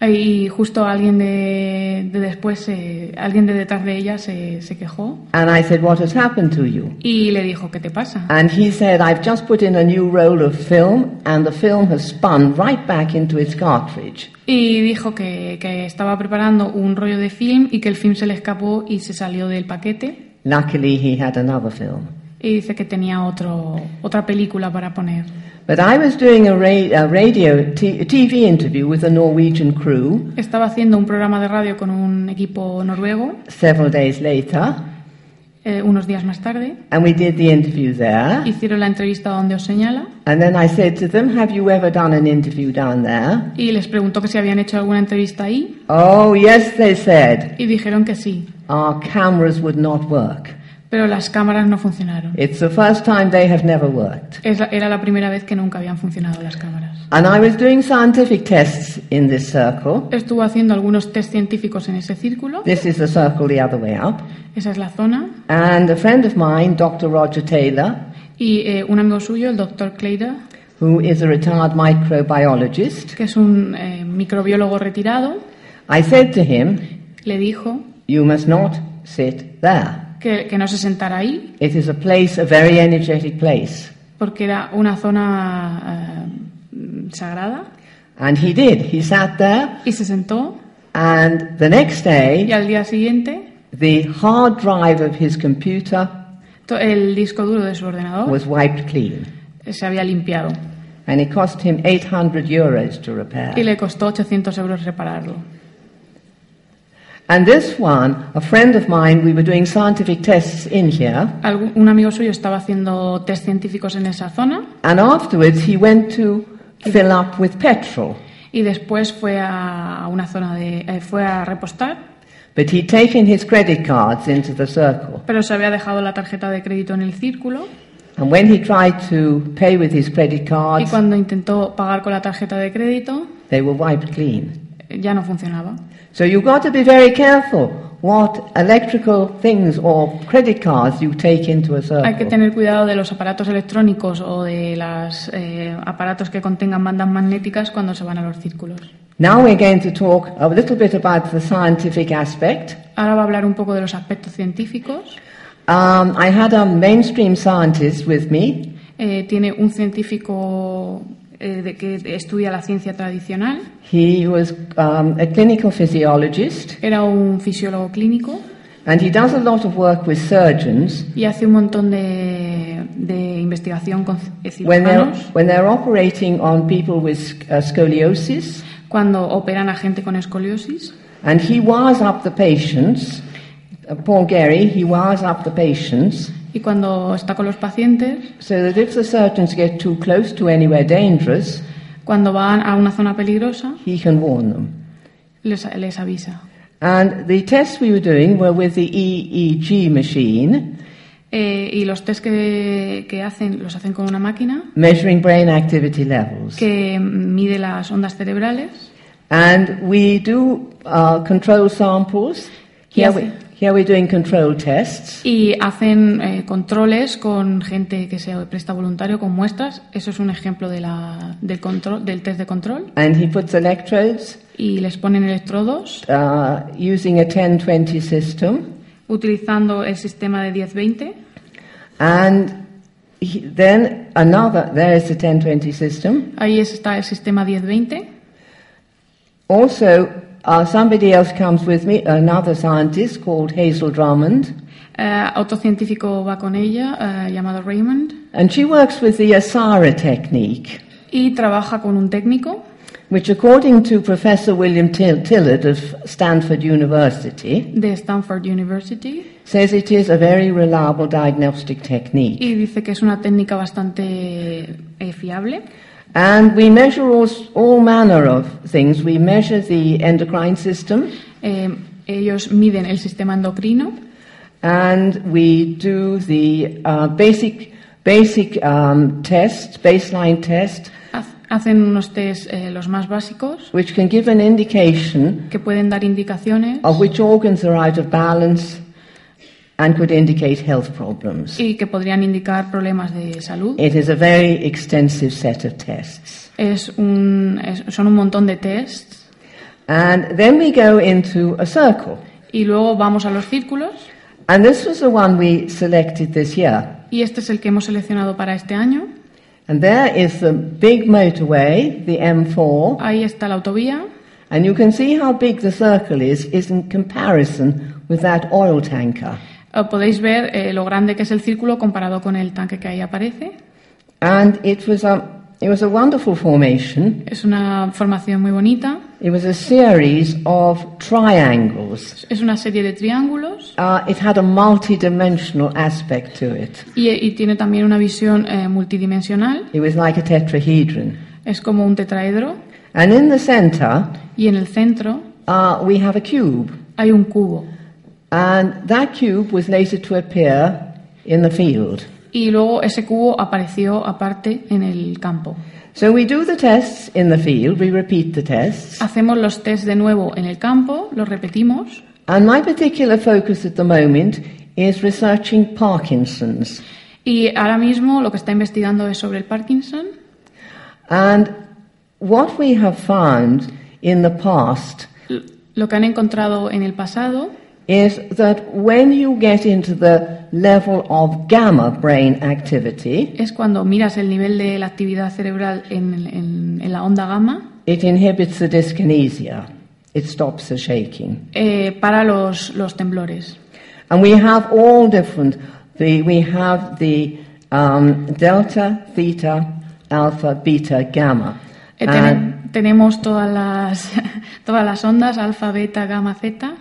Y justo alguien de, de después, eh, alguien de detrás de ella se, se quejó And I said, What has happened to you? y le dijo, ¿qué te pasa? And he said, I've just put in a new roll of film, and the film has spun right back into its cartridge. Y dijo que, que estaba preparando un rollo de film y que el film se le escapó y se salió del paquete. Luckily, he had another film. Y dice que tenía otro, otra película para poner. But I was doing a, ra- a radio t- a TV interview with a Norwegian crew Estaba haciendo un programa de radio con un equipo noruego several days later, eh, unos días más tarde. and we did the interview there. Hicieron la entrevista donde os señala And then I said to them, Have you ever done an interview down there? y les preguntó que si habían hecho alguna entrevista ahí Oh, yes, they said. y dijeron que sí, Our cameras would not work. pero las cámaras no funcionaron. It's the first time they have never worked. Es la- Era la primera vez que nunca habían funcionado las cámaras. And I was doing scientific tests in this circle. Estuvo haciendo algunos test científicos en ese círculo, This is the circle the other way up. esa es la zona, And a friend of mine, Dr. Roger Taylor, y eh, un amigo suyo, el doctor Clayder, who is a retired microbiologist, que es un eh, microbiólogo retirado, I said to him, le dijo You must not sit there. que, que no se sentara ahí It is a place, a very energetic place. porque era una zona eh, sagrada And he did. He sat there. y se sentó And the next y day, al día siguiente the hard drive of his computer to- el disco duro de su ordenador was wiped clean. se había limpiado And it cost him 800 euros to repair. y le costó 800 euros repararlo. And this one, a friend of mine, we were doing scientific tests in here. Algún- un amigo suyo estaba haciendo test científicos en esa zona And afterwards, he went to fill up with petrol. y después fue a una zona de eh, fue a repostar But he'd taken his credit cards into the circle. Pero se había dejado la tarjeta de crédito en el círculo And when he tried to pay with his credit y cards, cuando intentó pagar con la tarjeta de crédito they were wiped clean. eh, ya no funcionaba. So you've got to be very careful what electrical things or credit cards you take into a Hay que circle. tener cuidado de los aparatos electrónicos o de los aparatos que contengan bandas magnéticas cuando se van a los círculos. Now we're going to talk a little bit about the scientific aspect. Ahora va a hablar un poco de los aspectos científicos. Um, I had a mainstream scientist with me, Eh, tiene un científico eh, de que estudia la ciencia tradicional. He was um, a clinical physiologist Era un fisiólogo clínico and he does a lot of work with surgeons y hace un montón de, de investigación con c- when they're, cirujanos when they're operating on people with uh, scoliosis. cuando operan a gente con escoliosis. And he wires up the patients. Uh, Paul Gary, he wires up the patients Y cuando está con los pacientes, so that if the surgeons get too close to anywhere dangerous, cuando van a una zona peligrosa, he can warn them. les, les avisa. And the tests we were doing were with the EEG machine, Eh, y los test que, que hacen los hacen con una máquina measuring brain activity levels. que mide las ondas cerebrales. And we do uh, control samples. Here, Yes. we, here we're doing control tests. Y hacen eh, controles con gente que se presta voluntario con muestras. Eso es un ejemplo de la- del, control, del test de control. And he puts electrodes Y les ponen electrodos uh, using a 10-20 system. utilizando el sistema de 10-20. And he, then another, there is the 10-20 system. Ahí es- está el sistema 10-20. Also, uh, somebody else comes with me, another scientist called Hazel Drummond. Eh, otro científico va con ella, eh, llamado Raymond, And she works with the ASARA technique, y trabaja con un técnico which according to Professor William Till- Tillard of Stanford University, de Stanford University. says it is a very reliable diagnostic technique. y dice que es una técnica bastante eh, fiable. And we measure all, all manner of things. We measure the endocrine system Eh, ellos miden el sistema endocrino and we do the uh, basic, basic um, test, baseline test, haz- hacen unos test eh, los más básicos which can give an indication que pueden dar indicaciones of which organs are out of balance and could indicate health problems. y que podrían indicar problemas de salud. It is a very extensive set of tests. Es un, es- son un montón de tests And then we go into a circle. y luego vamos a los círculos And this was the one we selected this year. y este es el que hemos seleccionado para este año. And there is the big motorway, the M4, Ahí está la autovía and you can see how big the circle is, is in comparison with that oil tanker. Eh, Podéis ver eh, lo grande que es el círculo comparado con el tanque que ahí aparece. And it was a, it was a wonderful formation. Es una formación muy bonita. It was a series of triangles. Es una serie de triángulos Uh, it had a multi-dimensional aspect to it. y, y tiene también una visión eh, multidimensional. It was like a tetrahedron. Es como un tetraedro And in the center, y en el centro uh, we have a cube. hay un cubo. And that cube was later to appear in the field. Y luego ese cubo apareció aparte en el campo. So we do the tests in the field, we repeat the tests. Hacemos los test de nuevo en el campo, los repetimos. And my particular focus at the moment is researching Parkinson's. Y ahora mismo lo que está investigando es sobre el Parkinson. And what we have found in the past L- Lo que han encontrado en el pasado is that when you get into the level of gamma brain activity, es cuando miras el nivel de la actividad cerebral en, en- en la onda gamma, it inhibits the dyskinesia. It stops the shaking. eh, para los- los temblores. And we have all different, the, we have the um, delta, theta, alpha, beta, gamma. Eh, And, tenem- tenemos todas las, todas las ondas, alfa, beta, gamma, zeta.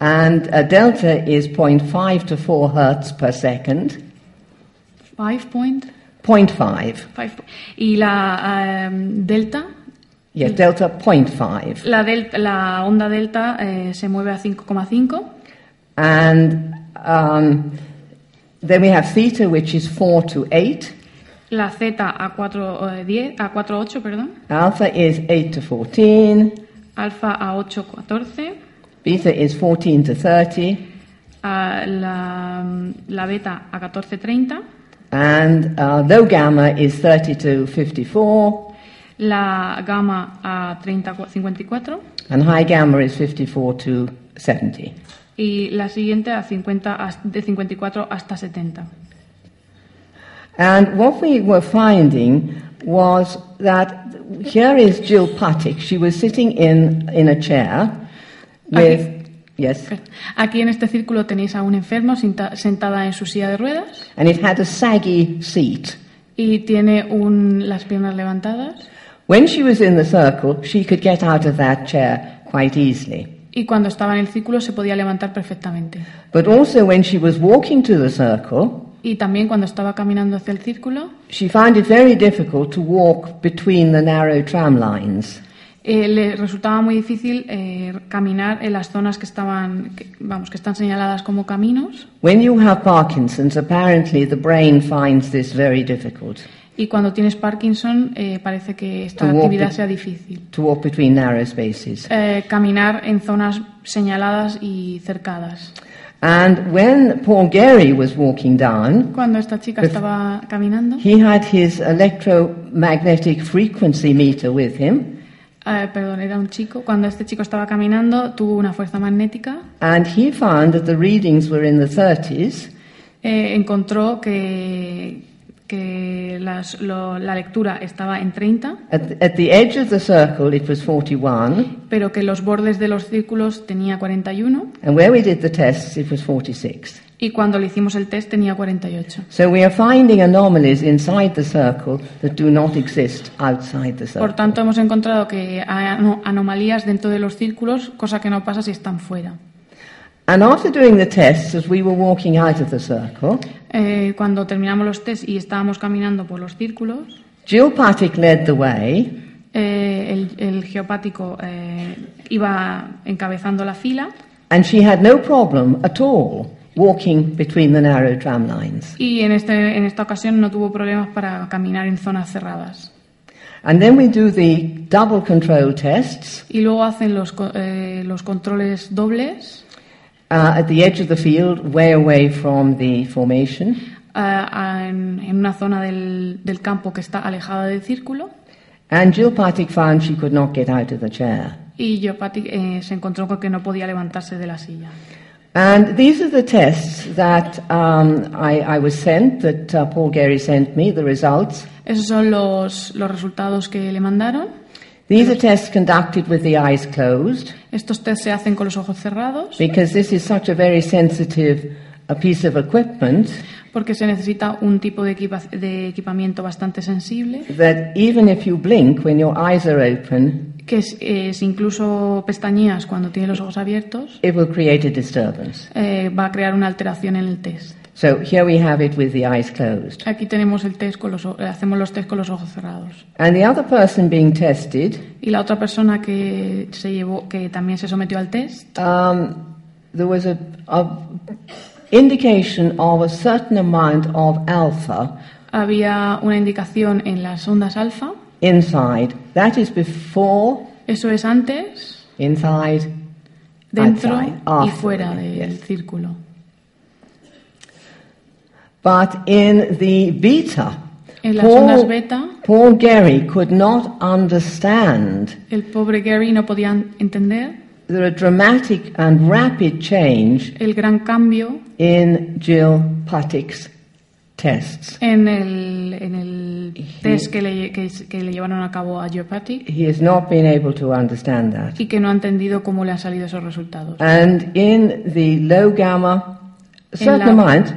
and a delta is 0.5 to 4 hertz per second. Five point, 0.5. five po- y la eh, em, delta Yes, delta 0.5. La, del- la onda delta eh, se mueve a 5,5 And um, then we have theta, which is 4 to 8. La Z a 4.10, a 4.8, perdón. Alpha is 8 to 14. Alfa a 8.14. Beta is 14 to 30. a La, la beta a 14.30. And uh, low gamma is 30 to 54. La gamma a 30.54. And high gamma is 54 to 70. Y la siguiente a 50, as- de 54 hasta 70. And what we were finding was that here is Jill Patik. She was sitting in, in a chair with. Yes. Aquí en este círculo tenéis a un enfermo sinta- sentada en su silla de ruedas And it had a saggy seat. y tiene un- las piernas levantadas. When she was in the circle, she could get out of that chair quite easily. Y cuando estaba en el círculo se podía levantar perfectamente. But also, when she was walking to the circle, Y también cuando estaba caminando hacia el círculo she found it very difficult to walk between the narrow tram lines. Eh, le resultaba muy difícil eh, caminar en las zonas que estaban, que- vamos, que están señaladas como caminos. When you have Parkinson's, apparently the brain finds this very difficult Y cuando tienes Parkinson, eh, parece que esta To walk actividad it. sea difícil. to walk between narrow spaces. Eh, caminar en zonas señaladas y cercadas. And when Paul Gary was walking down, Cuando esta chica Bef- estaba caminando, he had his electromagnetic frequency meter with him, eh, perdón, era un chico, cuando este chico estaba caminando, tuvo una fuerza magnética, and he found that the readings were in the 30s. eh, encontró que, que las- lo- la lectura estaba en 30 At, at the edge of the circle, it was 41, pero que los bordes de los círculos tenía 41 and where we did the tests, it was 46. y cuando le hicimos el test tenía 48. So we are finding anomalies inside the circle that do not exist outside the circle. Por tanto, hemos encontrado que hay ano- anomalías dentro de los círculos, cosa que no pasa si están fuera. And after doing the tests, as we were walking out of the circle, Eh, cuando terminamos los test y estábamos caminando por los círculos, Jill Patik led the way, eh, el, el geopático eh, iba encabezando la fila and she had no problem at all walking between the narrow tram lines. y en, este, en esta ocasión no tuvo problemas para caminar en zonas cerradas. And then we do the double control tests Y luego hacen los, co- eh, los controles dobles uh, at the edge of the field, way away from the formation. eh, a- a- en, en una zona del, del campo que está alejada del círculo And Jill Patik found she could not get out of the chair. y Geopati se encontró con que no podía levantarse de la silla. And these are the tests that um, I, I was sent, that uh, Paul Gary sent me, the results. Esos son los, los resultados que le mandaron. These are tests conducted with the eyes closed Estos test se hacen con los ojos cerrados because this is such a very sensitive a piece of equipment porque se necesita un tipo de, equipa- de equipamiento bastante sensible that even if you blink when your eyes are open, que es, eh, si incluso pestañeas cuando tiene los ojos abiertos it will create a disturbance. eh, va a crear una alteración en el test. So here we have it with the eyes closed. Aquí tenemos el test con los, o- eh, hacemos los test con los ojos cerrados. And the other person being tested Y la otra persona que se llevó, que también se sometió al test, um, there was a, a indication of a certain amount of alpha había una indicación en las ondas alfa. inside. That is before, Eso es antes, inside, dentro Outside, y after, fuera del yes. círculo. but in the beta. En las ondas beta, Paul Gary could not understand. el pobre Gary no podía entender There a dramatic and rapid change el gran cambio in Jill Patik's tests. en el, en el test que le, que, que le llevaron a cabo a Geopathy He has not been able to understand that. y que no ha entendido cómo le han salido esos resultados. And in the low gamma, a En certain la- amount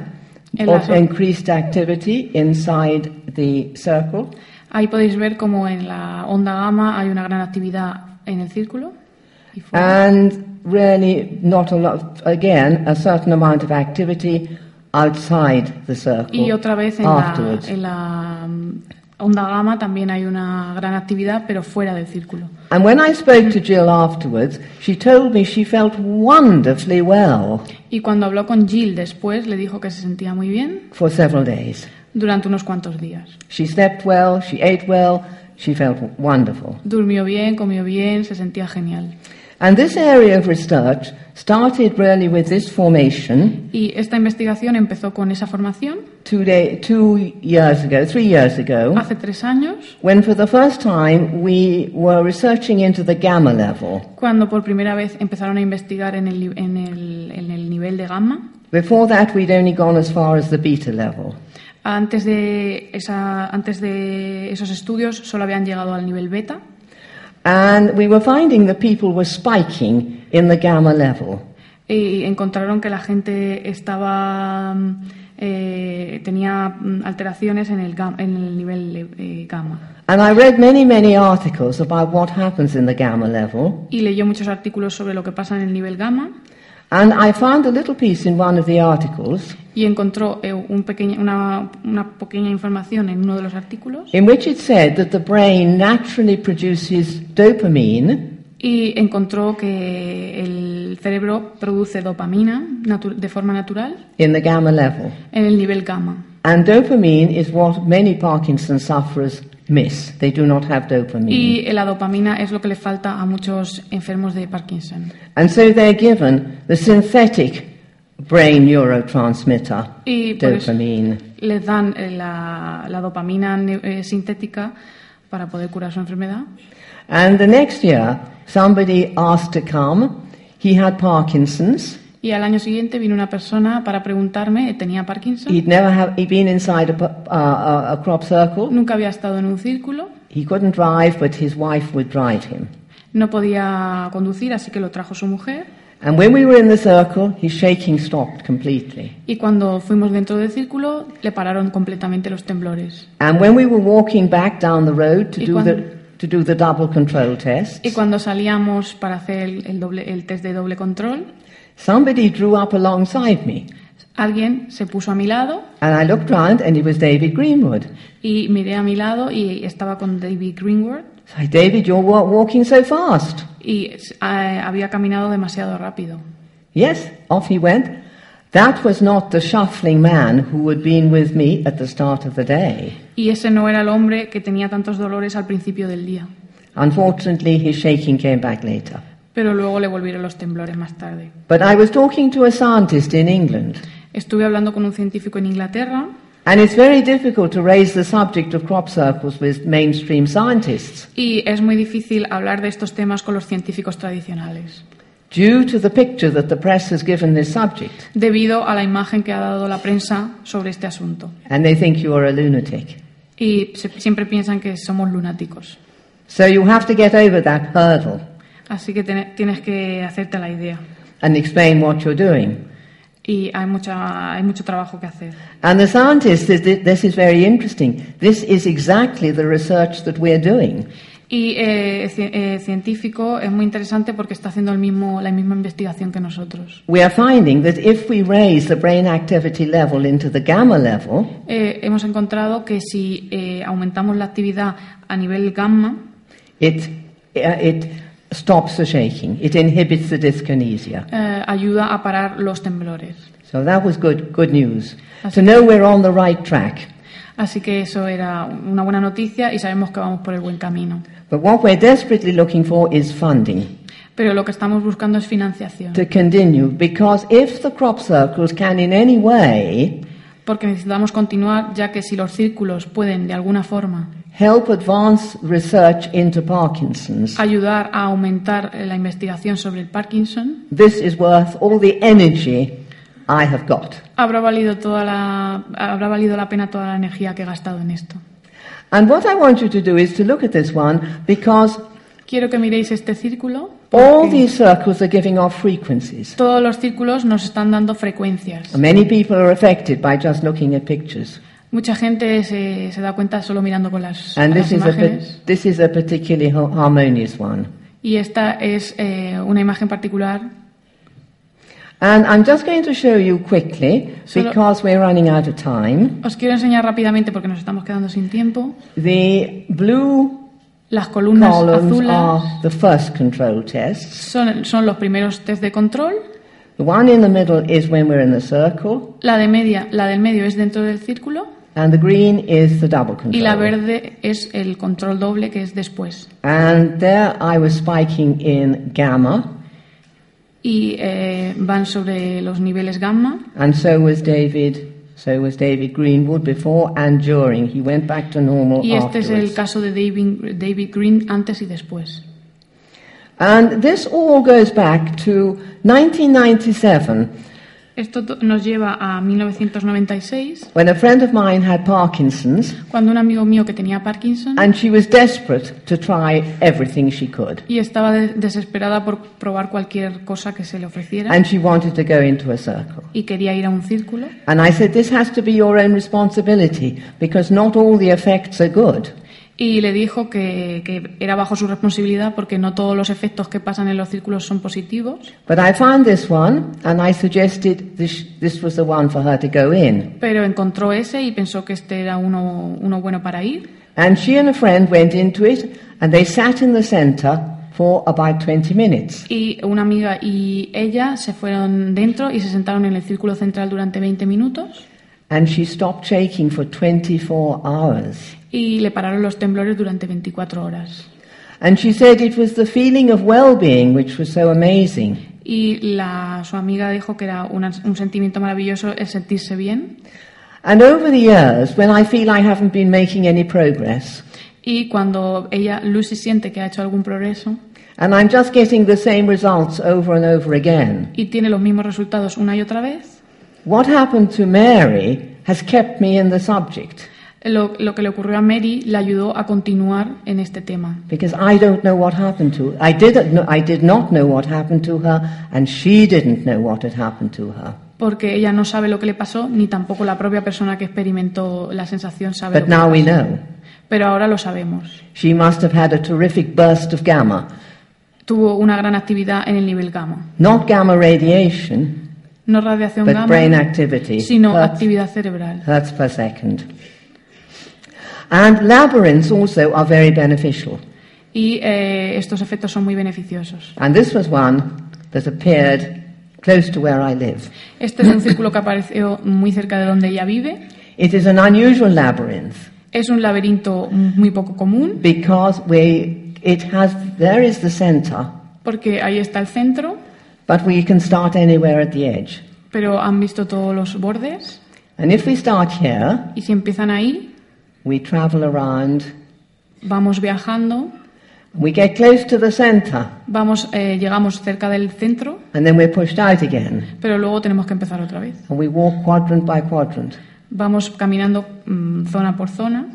en of la- increased activity inside the circle. Ahí podéis ver cómo en la onda gamma hay una gran actividad en el círculo. y fuera. Ah, And really, not a lot, again, a certain amount of activity outside the circle Ah, Y otra vez en la, afterwards. en la mm, onda gamma también hay una gran actividad, pero fuera del círculo. And when I spoke to Jill afterwards, she told me she felt wonderfully well Y cuando habló con Jill después, le dijo que se sentía muy bien for several days. durante unos cuantos días. She slept well, she ate well, she felt wonderful. Durmió bien, comió bien, se sentía genial. And this area of research started really with this formation Y esta investigación empezó con esa formación two, day, two years ago, three years ago, hace tres años, when for the first time we were researching into the gamma level. cuando por primera vez empezaron a investigar en el, li- en el- en el nivel de gamma. Before that, we'd only gone as far as the beta level. Antes de, esa- antes de esos estudios solo habían llegado al nivel beta And we were finding that people were spiking in the gamma level. y encontraron que la gente estaba mm, eh, tenía mm, alteraciones en el, gam- en el nivel eh, gamma. And I read many, many articles about what happens in the gamma level. Y leyó muchos artículos sobre lo que pasa en el nivel gamma And I found a little piece in one of the articles y encontró eh, un pequeña- una, una pequeña información en uno de los artículos in which it said that the brain naturally produces dopamine y encontró que el cerebro produce dopamina natu- de forma natural in the gamma level. en el nivel gamma. And dopamine is what many Parkinson sufferers miss. They do not have dopamine. Y la dopamina es lo que le falta a muchos enfermos de Parkinson. And so they're given the synthetic brain neurotransmitter, Y por eso dopamine. les dan eh, la, la dopamina ne- eh, sintética para poder curar su enfermedad. And the next year, somebody asked to come. He had Parkinson's. Y al año siguiente vino una persona para preguntarme, eh, ¿tenía Parkinson? He'd never have, he'd been inside a, pu- uh, a, a crop circle. Nunca había estado en un círculo, He couldn't drive, but his wife would drive him. no podía conducir, así que lo trajo su mujer. And when we were in the circle, his shaking stopped completely. Y cuando fuimos dentro del círculo, le pararon completamente los temblores. And when we were walking back down the road to Y do cuando- the to do the double control test, Y cuando salíamos para hacer el, el doble, el test de doble control, somebody drew up alongside me, alguien se puso a mi lado and I looked round, and it was David Greenwood. Y miré a mi lado y estaba con David Greenwood So, I, David, you're wa- walking so fast. y eh, había caminado demasiado rápido. Yes, off he went. That was not the shuffling man who had been with me at the start of the day. Y ese no era el hombre que tenía tantos dolores al principio del día. Unfortunately, his shaking came back later. Pero luego le volvieron los temblores más tarde. But I was talking to a scientist in England, Estuve hablando con un científico en Inglaterra and it's very difficult to raise the subject of crop circles with mainstream scientists y es muy difícil hablar de estos temas con los científicos tradicionales, due to the picture that the press has given this subject, debido a la imagen que ha dado la prensa sobre este asunto. and they think you are a lunatic. Y se- siempre piensan que somos lunáticos. So you have to get over that hurdle Así que te- tienes que hacerte la idea. and explain what you're doing. y hay, mucha, hay mucho trabajo que hacer. And the scientists, th- th- this is very interesting. This is exactly the research that we're doing. Y eh, ci- eh, científico es muy interesante porque está haciendo el mismo, la misma investigación que nosotros. We are finding that if we raise the brain activity level into the gamma level, Eh, hemos encontrado que si eh, aumentamos la actividad a nivel gamma, it, uh, it stops the shaking. It inhibits the dyskinesia. eh, ayuda a parar los temblores. So that was good, good news. That's To know we're on the right track. Así que eso era una buena noticia y sabemos que vamos por el buen camino. But what we're desperately looking for is funding Pero lo que estamos buscando es financiación, to continue because if the crop circles can in any way porque necesitamos continuar ya que si los círculos pueden de alguna forma help advance research into Parkinson's, ayudar a aumentar eh, la investigación sobre el Parkinson, this is worth all the energy I have got. Habrá valido toda la habrá valido la pena toda la energía que he gastado en esto. And what I want you to do is to look at this one because Quiero que miréis este círculo. all porque these circles are giving off frequencies. todos los círculos nos están dando frecuencias. Many people are affected by just looking at pictures. Mucha gente se, se da cuenta solo mirando con las, And las this is, a, imágenes. pa- this is a particularly har- harmonious one. Y esta es eh, una imagen particular And I'm just going to show you quickly, Solo- because we're running out of time, Os quiero enseñar rápidamente, porque nos estamos quedando sin tiempo, the blue las columnas columns oh. azules are the first control tests. son, son los primeros test de control, The one in the middle is when we're in the circle, la, de media, la del medio es dentro del círculo and the green is the double control. y la verde es el control doble, que es después. And there I was spiking in gamma, Y eh, van sobre los niveles gamma. and so was David. So was David Greenwood before and during. He went back to normal Y este es el afterwards. caso de David, David Green antes y después. And this all goes back to 1997, Esto to- nos lleva a 1996, when a friend of mine had Parkinson's, cuando un amigo mío que tenía Parkinson and she was desperate to try everything she could. y estaba de- desesperada por probar cualquier cosa que se le ofreciera And she wanted to go into a circle. y quería ir a un círculo. And I said, This has to be your own responsibility, because not all the effects are good. Y le dijo que, que era bajo su responsabilidad porque no todos los efectos que pasan en los círculos son positivos. But I found this one, and I suggested this, this was the one for her to go in. Pero encontró ese y pensó que este era uno, uno bueno para ir. And she and a friend went into it, and they sat in the center for about 20 minutes. Y una amiga y ella se fueron dentro y se sentaron en el círculo central durante 20 minutos. And she stopped shaking for 24 hours. y le pararon los temblores durante 24 horas. And she said it was the feeling of well being which was so amazing. Y la, su amiga dijo que era una- un sentimiento maravilloso el sentirse bien. And over the years, when I feel I haven't been making any progress, Y cuando ella, Lucy, siente que ha hecho algún progreso and I'm just getting the same results over and over again, y tiene los mismos resultados una y otra vez, what happened to Mary has kept me in the subject. lo, lo que le ocurrió a Mary le ayudó a continuar en este tema. Because I don't know what happened to I didn't know, I did not know what happened to her, and she didn't know what had happened to her. Porque ella no sabe lo que le pasó, ni tampoco la propia persona que experimentó la sensación sabe. lo But que le now we pasó. know. Pero ahora lo sabemos. She must have had a terrific burst of gamma. Tuvo una gran actividad en el nivel gamma. Not gamma radiation, No radiación but gamma, brain activity. sino hertz, actividad cerebral. hertz per second. And labyrinths also are very beneficial. Y eh, estos efectos son muy beneficiosos. And this was one that appeared close to where I live. Este es un círculo que apareció muy cerca de donde ella vive. It is an unusual labyrinth Es un laberinto muy poco común because we, it has, there is the center, porque ahí está el centro, but we can start anywhere at the edge. pero han visto todos los bordes And if we start here, y si empiezan ahí, we travel around, vamos viajando, we get close to the center, vamos eh, llegamos cerca del centro, and then we're pushed out again. pero luego tenemos que empezar otra vez. And we walk quadrant by quadrant. Vamos caminando mm, zona por zona.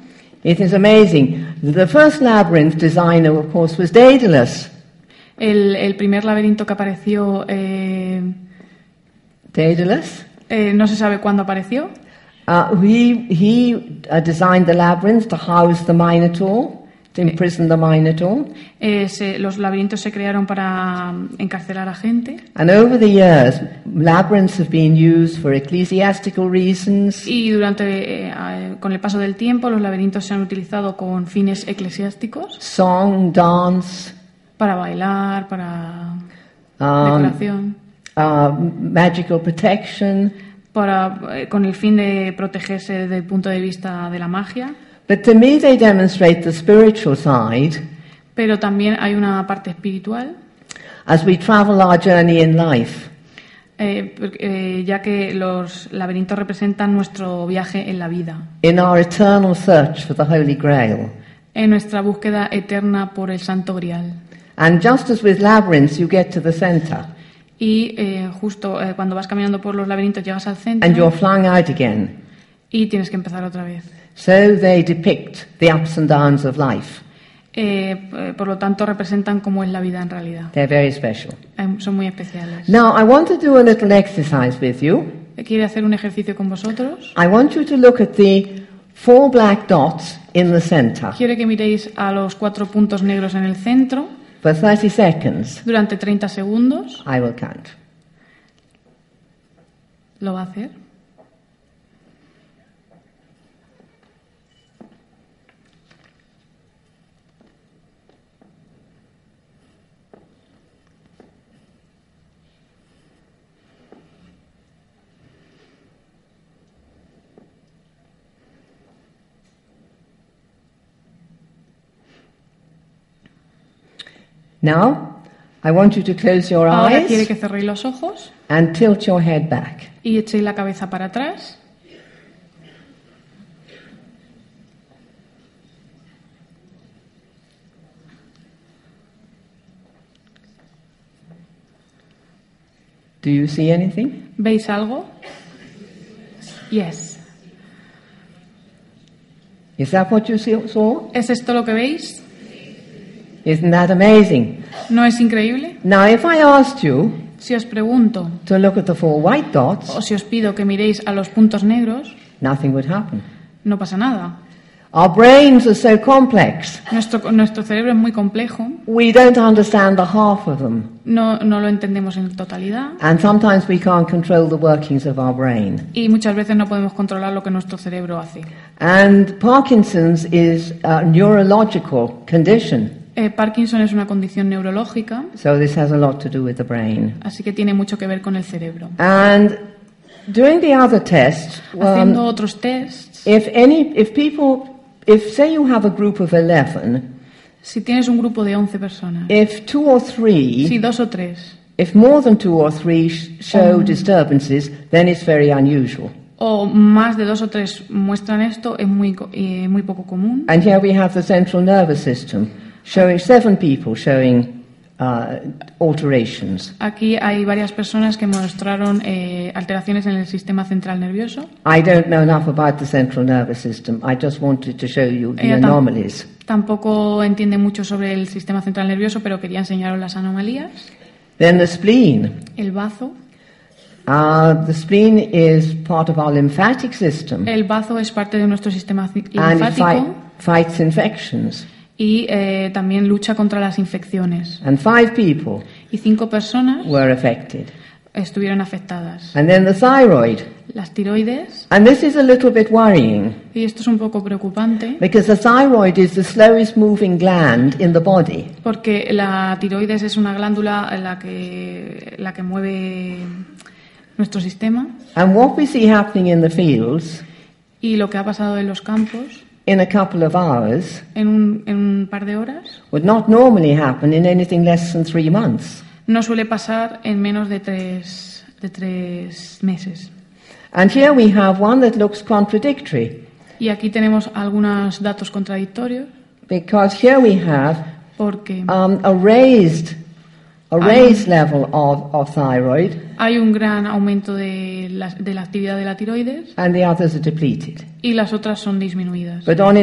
It is amazing. The first labyrinth designer, of course, was Daedalus. El, el primer laberinto que apareció eh, Daedalus. eh, no se sabe cuándo apareció, Uh, he he uh, designed the labyrinth to house the Minotaur, to imprison the Minotaur. Eh, se- los laberintos se crearon para mm, encarcelar a gente And over the years, labyrinths have been used for ecclesiastical reasons, y durante eh, a- con el paso del tiempo los laberintos se han utilizado con fines eclesiásticos song, dance, para bailar, para um, decoración, uh, magical protection. para eh, con el fin de protegerse desde el punto de vista de la magia, But to me, they demonstrate the spiritual side pero también hay una parte espiritual. as we travel our journey in life. eh, porque, eh, ya que los laberintos representan nuestro viaje en la vida, in our eternal search for the Holy Grail. en nuestra búsqueda eterna por el Santo Grial. And just as with labyrinths, you get to the center Y eh, justo eh, cuando vas caminando por los laberintos llegas al and you're centro flung out again. y tienes que empezar otra vez. So they depict the ups and downs of life. Eh, p- por lo tanto, representan cómo es la vida en realidad. They're very special. Em, Son muy especiales. Now, I want to do a little exercise with you. Quiere hacer un ejercicio con vosotros. I want you to look at the four black dots in the center Quiere que miréis a los cuatro puntos negros en el centro for 30 seconds. durante 30 segundos. I will count. ¿Lo va a hacer? Now, I want you to close your Ahora quiere eyes que cerréis los ojos and tilt your head back. y echéis la cabeza para atrás. Do you see anything? ¿Veis algo? Yes. Is that what you see- saw? ¿Es esto lo que veis? Isn't that amazing? ¿No es increíble? Now, if I asked you Si os pregunto to look at the four white dots, o si os pido que miréis a los puntos negros, nothing would happen. no pasa nada. Our brains are so complex, Nuestro, nuestro cerebro es muy complejo, we don't understand the half of them, no, no lo entendemos en totalidad and sometimes we can't control the workings of our brain. y muchas veces no podemos controlar lo que nuestro cerebro hace. And Parkinson's is a neurological condition, Eh, Parkinson es una condición neurológica, so this has a lot to do with the brain. así que tiene mucho que ver con el cerebro. And doing the other test, um, Haciendo otros tests, if any, if people, if say you have a group of 11, si tienes un grupo de 11 personas, if two or three si dos o tres, If more than two or three sh- show disturbances, then it's very unusual. o más de dos o tres muestran esto, es muy, co- eh, muy poco común. And here we have the central nervous system showing seven people showing uh, alterations. Aquí hay varias personas que mostraron eh, alteraciones en el sistema central nervioso. I don't know enough about the central nervous system. I just wanted to show you the Ella tam- anomalies. Tampoco entiende mucho sobre el sistema central nervioso, pero quería enseñaros las anomalías. Then the spleen. El bazo. Uh, the spleen is part of our lymphatic system El bazo es parte de nuestro sistema ci- and it linfático fight- fights infections. y eh, también lucha contra las infecciones. And five people Y cinco personas were affected. estuvieron afectadas. And then the thyroid. Las tiroides, And this is a little bit worrying. y esto es un poco preocupante, Because the thyroid is the slowest moving gland in the body. porque la tiroides es una glándula en la que, la que mueve nuestro sistema. And what we see happening in the fields Y lo que ha pasado en los campos in a couple of hours en un, en un par de horas would not normally happen in anything less than three months. no suele pasar en menos de tres, de tres meses. And here we have one that looks contradictory Y aquí tenemos algunos datos contradictorios because here we have porque um, a raised, a raised level of, of thyroid hay un gran aumento de la, de la actividad de la tiroides and the others are depleted. y las otras son disminuidas. But on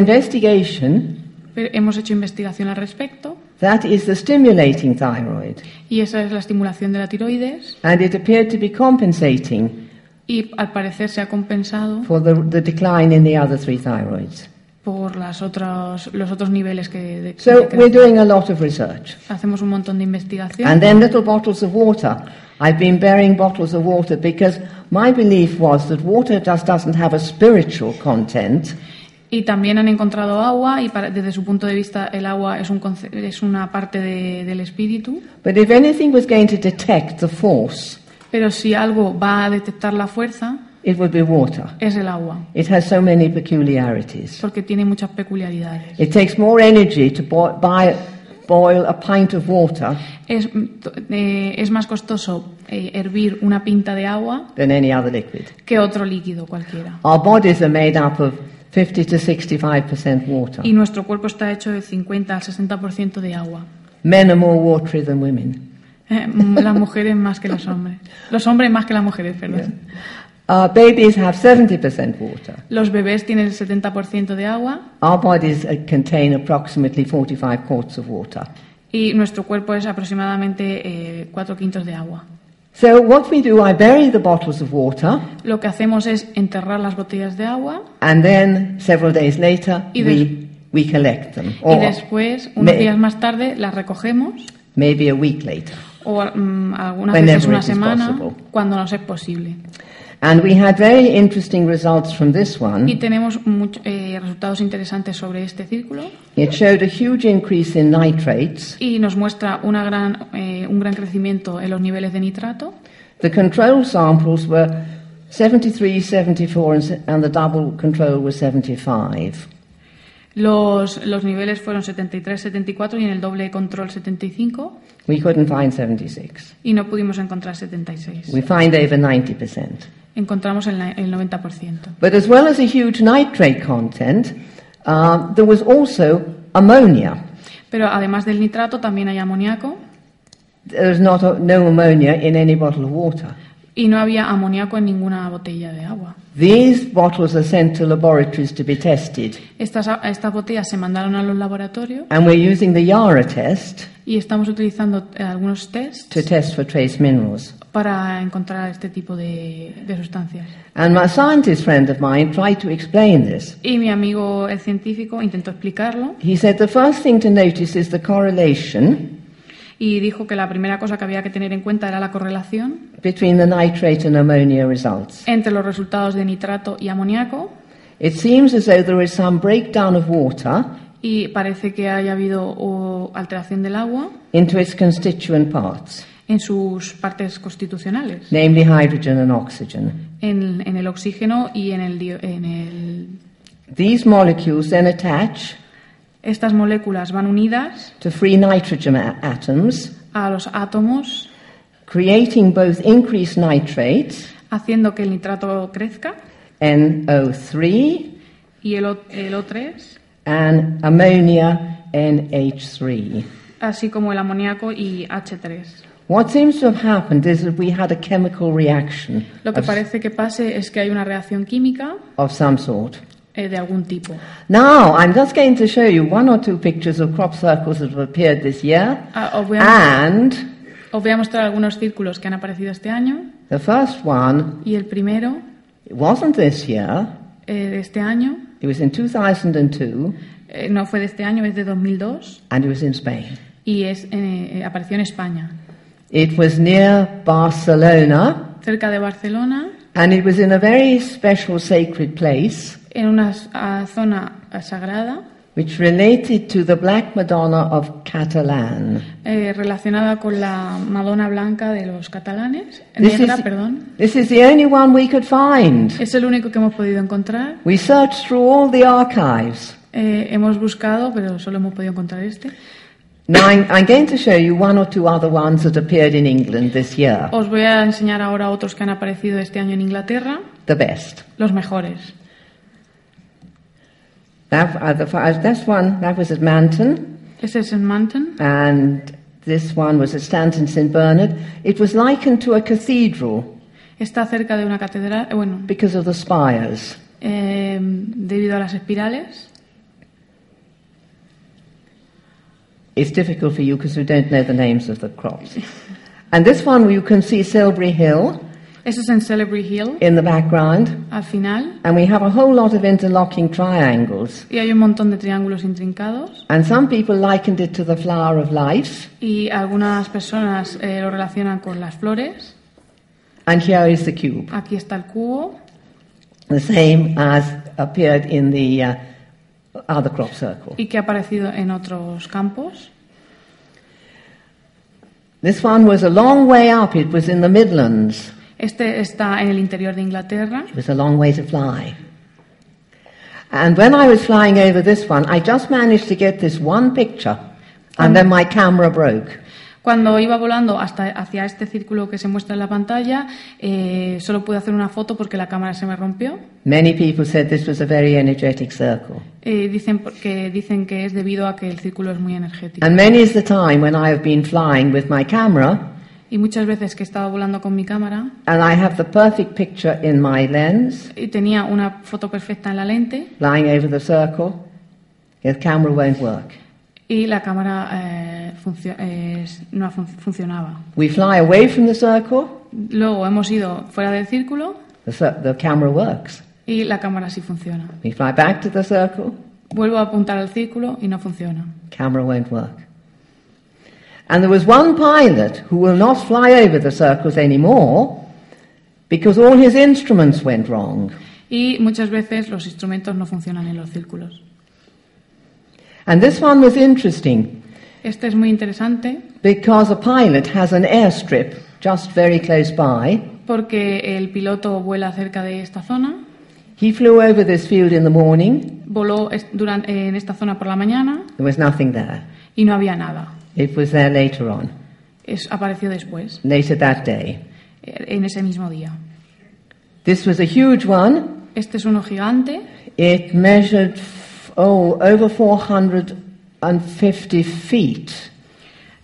investigation, Pero hemos hecho investigación al respecto that is the stimulating thyroid. y esa es la estimulación de la tiroides And it appeared to be compensating y al parecer se ha compensado for the, the decline in the other three thyroids. por las otras, los otros niveles que... de- So de crecimiento. we're doing a lot of research. Hacemos un montón de And investigación then little bottles of water. I've been burying bottles of water because my belief was that water just doesn't have a spiritual content. y también han encontrado agua y para- desde su punto de vista el agua es, un conce- es una parte de- del espíritu, But if anything was going to detect the force, pero si algo va a detectar la fuerza it would be water. es el agua, It has so many peculiarities. porque tiene muchas peculiaridades. It takes more energy to bo- buy, boil a pint of water Es, mm, to- eh, es más costoso eh, hervir una pinta de agua than any other liquid. que otro líquido cualquiera. Our bodies are made up of 50 to 65% water. Y nuestro cuerpo está hecho de 50 al 60% de agua. Men are more watery than women. Eh, Las mujeres más que los hombres. Los hombres más que las mujeres, perdón. Uh, babies have 70% water. Los bebés tienen el 70% de agua Our bodies uh, contain approximately 45 quarts of water. y nuestro cuerpo es aproximadamente eh, cuatro quintos de agua. So what we do, I bury the bottles of water, Lo que hacemos es enterrar las botellas de agua and then several days later Y we, we collect them, y or después, unos Oh. me- días más tarde, las recogemos maybe a week later. o mm, algunas Whenever veces una it is semana, possible. cuando nos es posible. And we had very interesting results from this one. Y tenemos mucho- eh, resultados interesantes sobre este círculo It showed a huge increase in nitrates. y nos muestra una gran, eh, un gran crecimiento en los niveles de nitrato. The control samples were 73, 74, and, se- and the double control was 75. Los, los niveles fueron 73, 74 y en el doble control 75 We couldn't find 76. y no pudimos encontrar 76. We find over 90%. Encontramos el, na- el 90%. But as well as a huge nitrate content, uh, there was also ammonia. Pero además del nitrato también hay amoníaco There is not a, no ammonia in any bottle of water. y no había amoníaco en ninguna botella de agua. These bottles are sent to laboratories to be tested, Estas, a- estas botellas se mandaron a los laboratorios and we're using the Yara test y estamos utilizando eh, algunos tests to test for trace minerals. para encontrar este tipo de, de sustancias. And my scientist friend of mine tried to explain this. Y mi amigo el científico intentó explicarlo He said the first thing to notice is the correlation y dijo que la primera cosa que había que tener en cuenta era la correlación between the nitrate and ammonia results. entre los resultados de nitrato y amoníaco It seems as though there is some breakdown of water y parece que haya habido o, alteración del agua into its constituent parts, en sus partes constitucionales, namely hydrogen and oxygen. en, en el oxígeno y en el, dio- en el... These molecules then attach Estas moléculas van unidas to free nitrogen a- atoms, a los átomos creating both increased nitrates, haciendo que el nitrato crezca NO3, y el, O- el O3, and ammonia, NH3. así como el amoníaco y H3. What seems to have happened is that we had a chemical reaction Lo que of, parece que pase es que hay una reacción química of some sort. eh, de algún tipo. Now, I'm just going to show you one or two pictures of crop circles that have appeared this year. Ah, os, voy a, And os voy a mostrar algunos círculos que han aparecido este año the first one, y el primero it wasn't this year, eh, de este año, it was in 2002, eh, no fue de este año, es de 2002 and it was in Spain. y es, eh, apareció en España, It was near Barcelona, cerca de Barcelona, and it was in a very special sacred place, en una s- ah, zona ah, sagrada which related to the Black Madonna of Catalan. eh, relacionada con la Madonna Blanca de los catalanes, This negra, is- perdón. This is the only one we could find. Es el único que hemos podido encontrar. We searched through all the archives. Eh, hemos buscado, pero solo hemos podido encontrar este. Now I'm, I'm going to show you one or two other ones that appeared in England this year, Os voy a enseñar ahora otros que han aparecido este año en Inglaterra, the best. los mejores. That, uh, the, fi- that's one, that was at Manton, Este es en Mountain and this one was at Stanton St. Bernard. It was likened to a cathedral Está cerca de una catedral, eh, bueno, because of the spires. eh, debido a las espirales. It's difficult for you because you don't know the names of the crops. and this one you can see Silbury Hill Este es en Celebrity Hill, in the background, al final. and we have a whole lot of interlocking triangles. Y hay un montón de triángulos intrincados. And some people likened it to the flower of life, Y algunas personas eh, lo relacionan con las flores. and here is the cube. Aquí está el cubo. the same as appeared in the uh, other crop circle. Y que ha aparecido en otros campos. This one was a long way up, it was in the Midlands. Este está en el interior de Inglaterra. It was a long way to fly. And when I was flying over this one, I just managed to get this one picture, and then my camera broke. Cuando iba volando hasta hacia este círculo que se muestra en la pantalla, eh, solo pude hacer una foto porque la cámara se me rompió. Many people said this was a very energetic circle. Eh, dicen porque dicen que es debido a que el círculo es muy energético. And many is the time when I have been flying with my camera, Y muchas veces que he estado volando con mi cámara and I have the perfect picture in my lens, y tenía una foto perfecta en la lente flying over the circle, the camera won't work. y la cámara eh, funcio- eh, no ha fun- funcionaba. We fly away from the circle, Luego hemos ido fuera del círculo the, cir- the camera works. y la cámara sí funciona. We fly back to the circle, Vuelvo a apuntar al círculo y no funciona. camera won't work. And there was one pilot who will not fly over the circles anymore because all his instruments went wrong. Y muchas veces los instrumentos no funcionan en los círculos. And this one was interesting Este es muy interesante because a pilot has an airstrip just very close by. porque el piloto vuela cerca de esta zona, He flew over this field in the morning. voló es- duran- en esta zona por la mañana There was nothing there. y no había nada. It was there later on, Es, apareció después, later that day. eh, en ese mismo día. This was a huge one. Este es uno gigante, eh, It measured, f- oh, over 450 feet.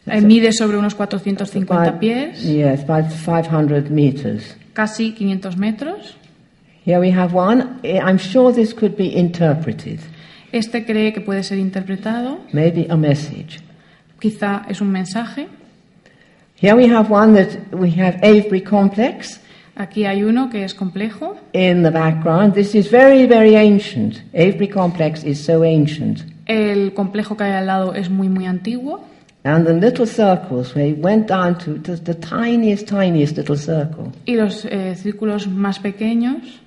eh, mide sobre unos 450 About- pies, Yes, about 500 meters. casi 500 metros. Here we have one. Eh, I'm sure this could be interpreted. Este cree que puede ser interpretado, Maybe a message. quizá es un mensaje. Here we have one that we have Avebury complex Aquí hay uno que es complejo. in the background. This is very, very ancient. Avebury complex is so ancient. El complejo que hay al lado es muy, muy antiguo. And the little circles, we went down to just the tiniest, tiniest little circle. Y los eh, círculos más pequeños.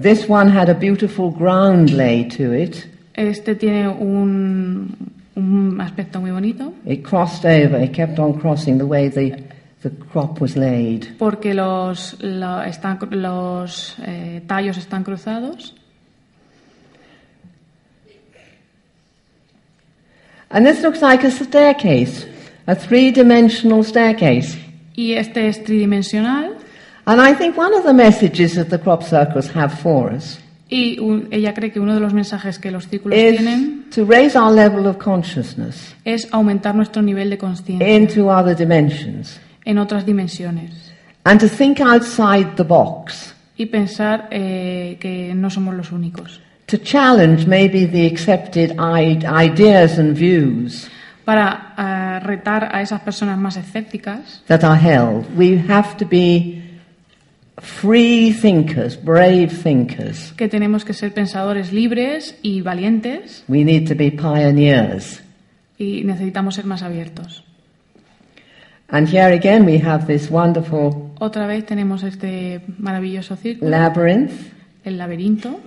This one had a beautiful ground lay to it. Este tiene un, un aspecto muy bonito It crossed over, it kept on crossing the way the, the crop was laid. porque los, la- están cru- los eh, tallos están cruzados. And this looks like a staircase, a three dimensional staircase. Y este es tridimensional And I think one of the messages that the crop circles have for us y un- ella cree que uno de los mensajes que los círculos tienen is to raise our level of consciousness es aumentar nuestro nivel de conciencia into other dimensions en otras dimensiones and to think outside the box, y pensar eh, que no somos los únicos. to challenge maybe the accepted I- ideas and views Para ah, retar a esas personas más escépticas, that are held. We have to be free thinkers, brave thinkers. que tenemos que ser pensadores libres y valientes We need to be pioneers. y necesitamos ser más abiertos. And here again we have this wonderful Otra vez tenemos este maravilloso círculo, labyrinth el laberinto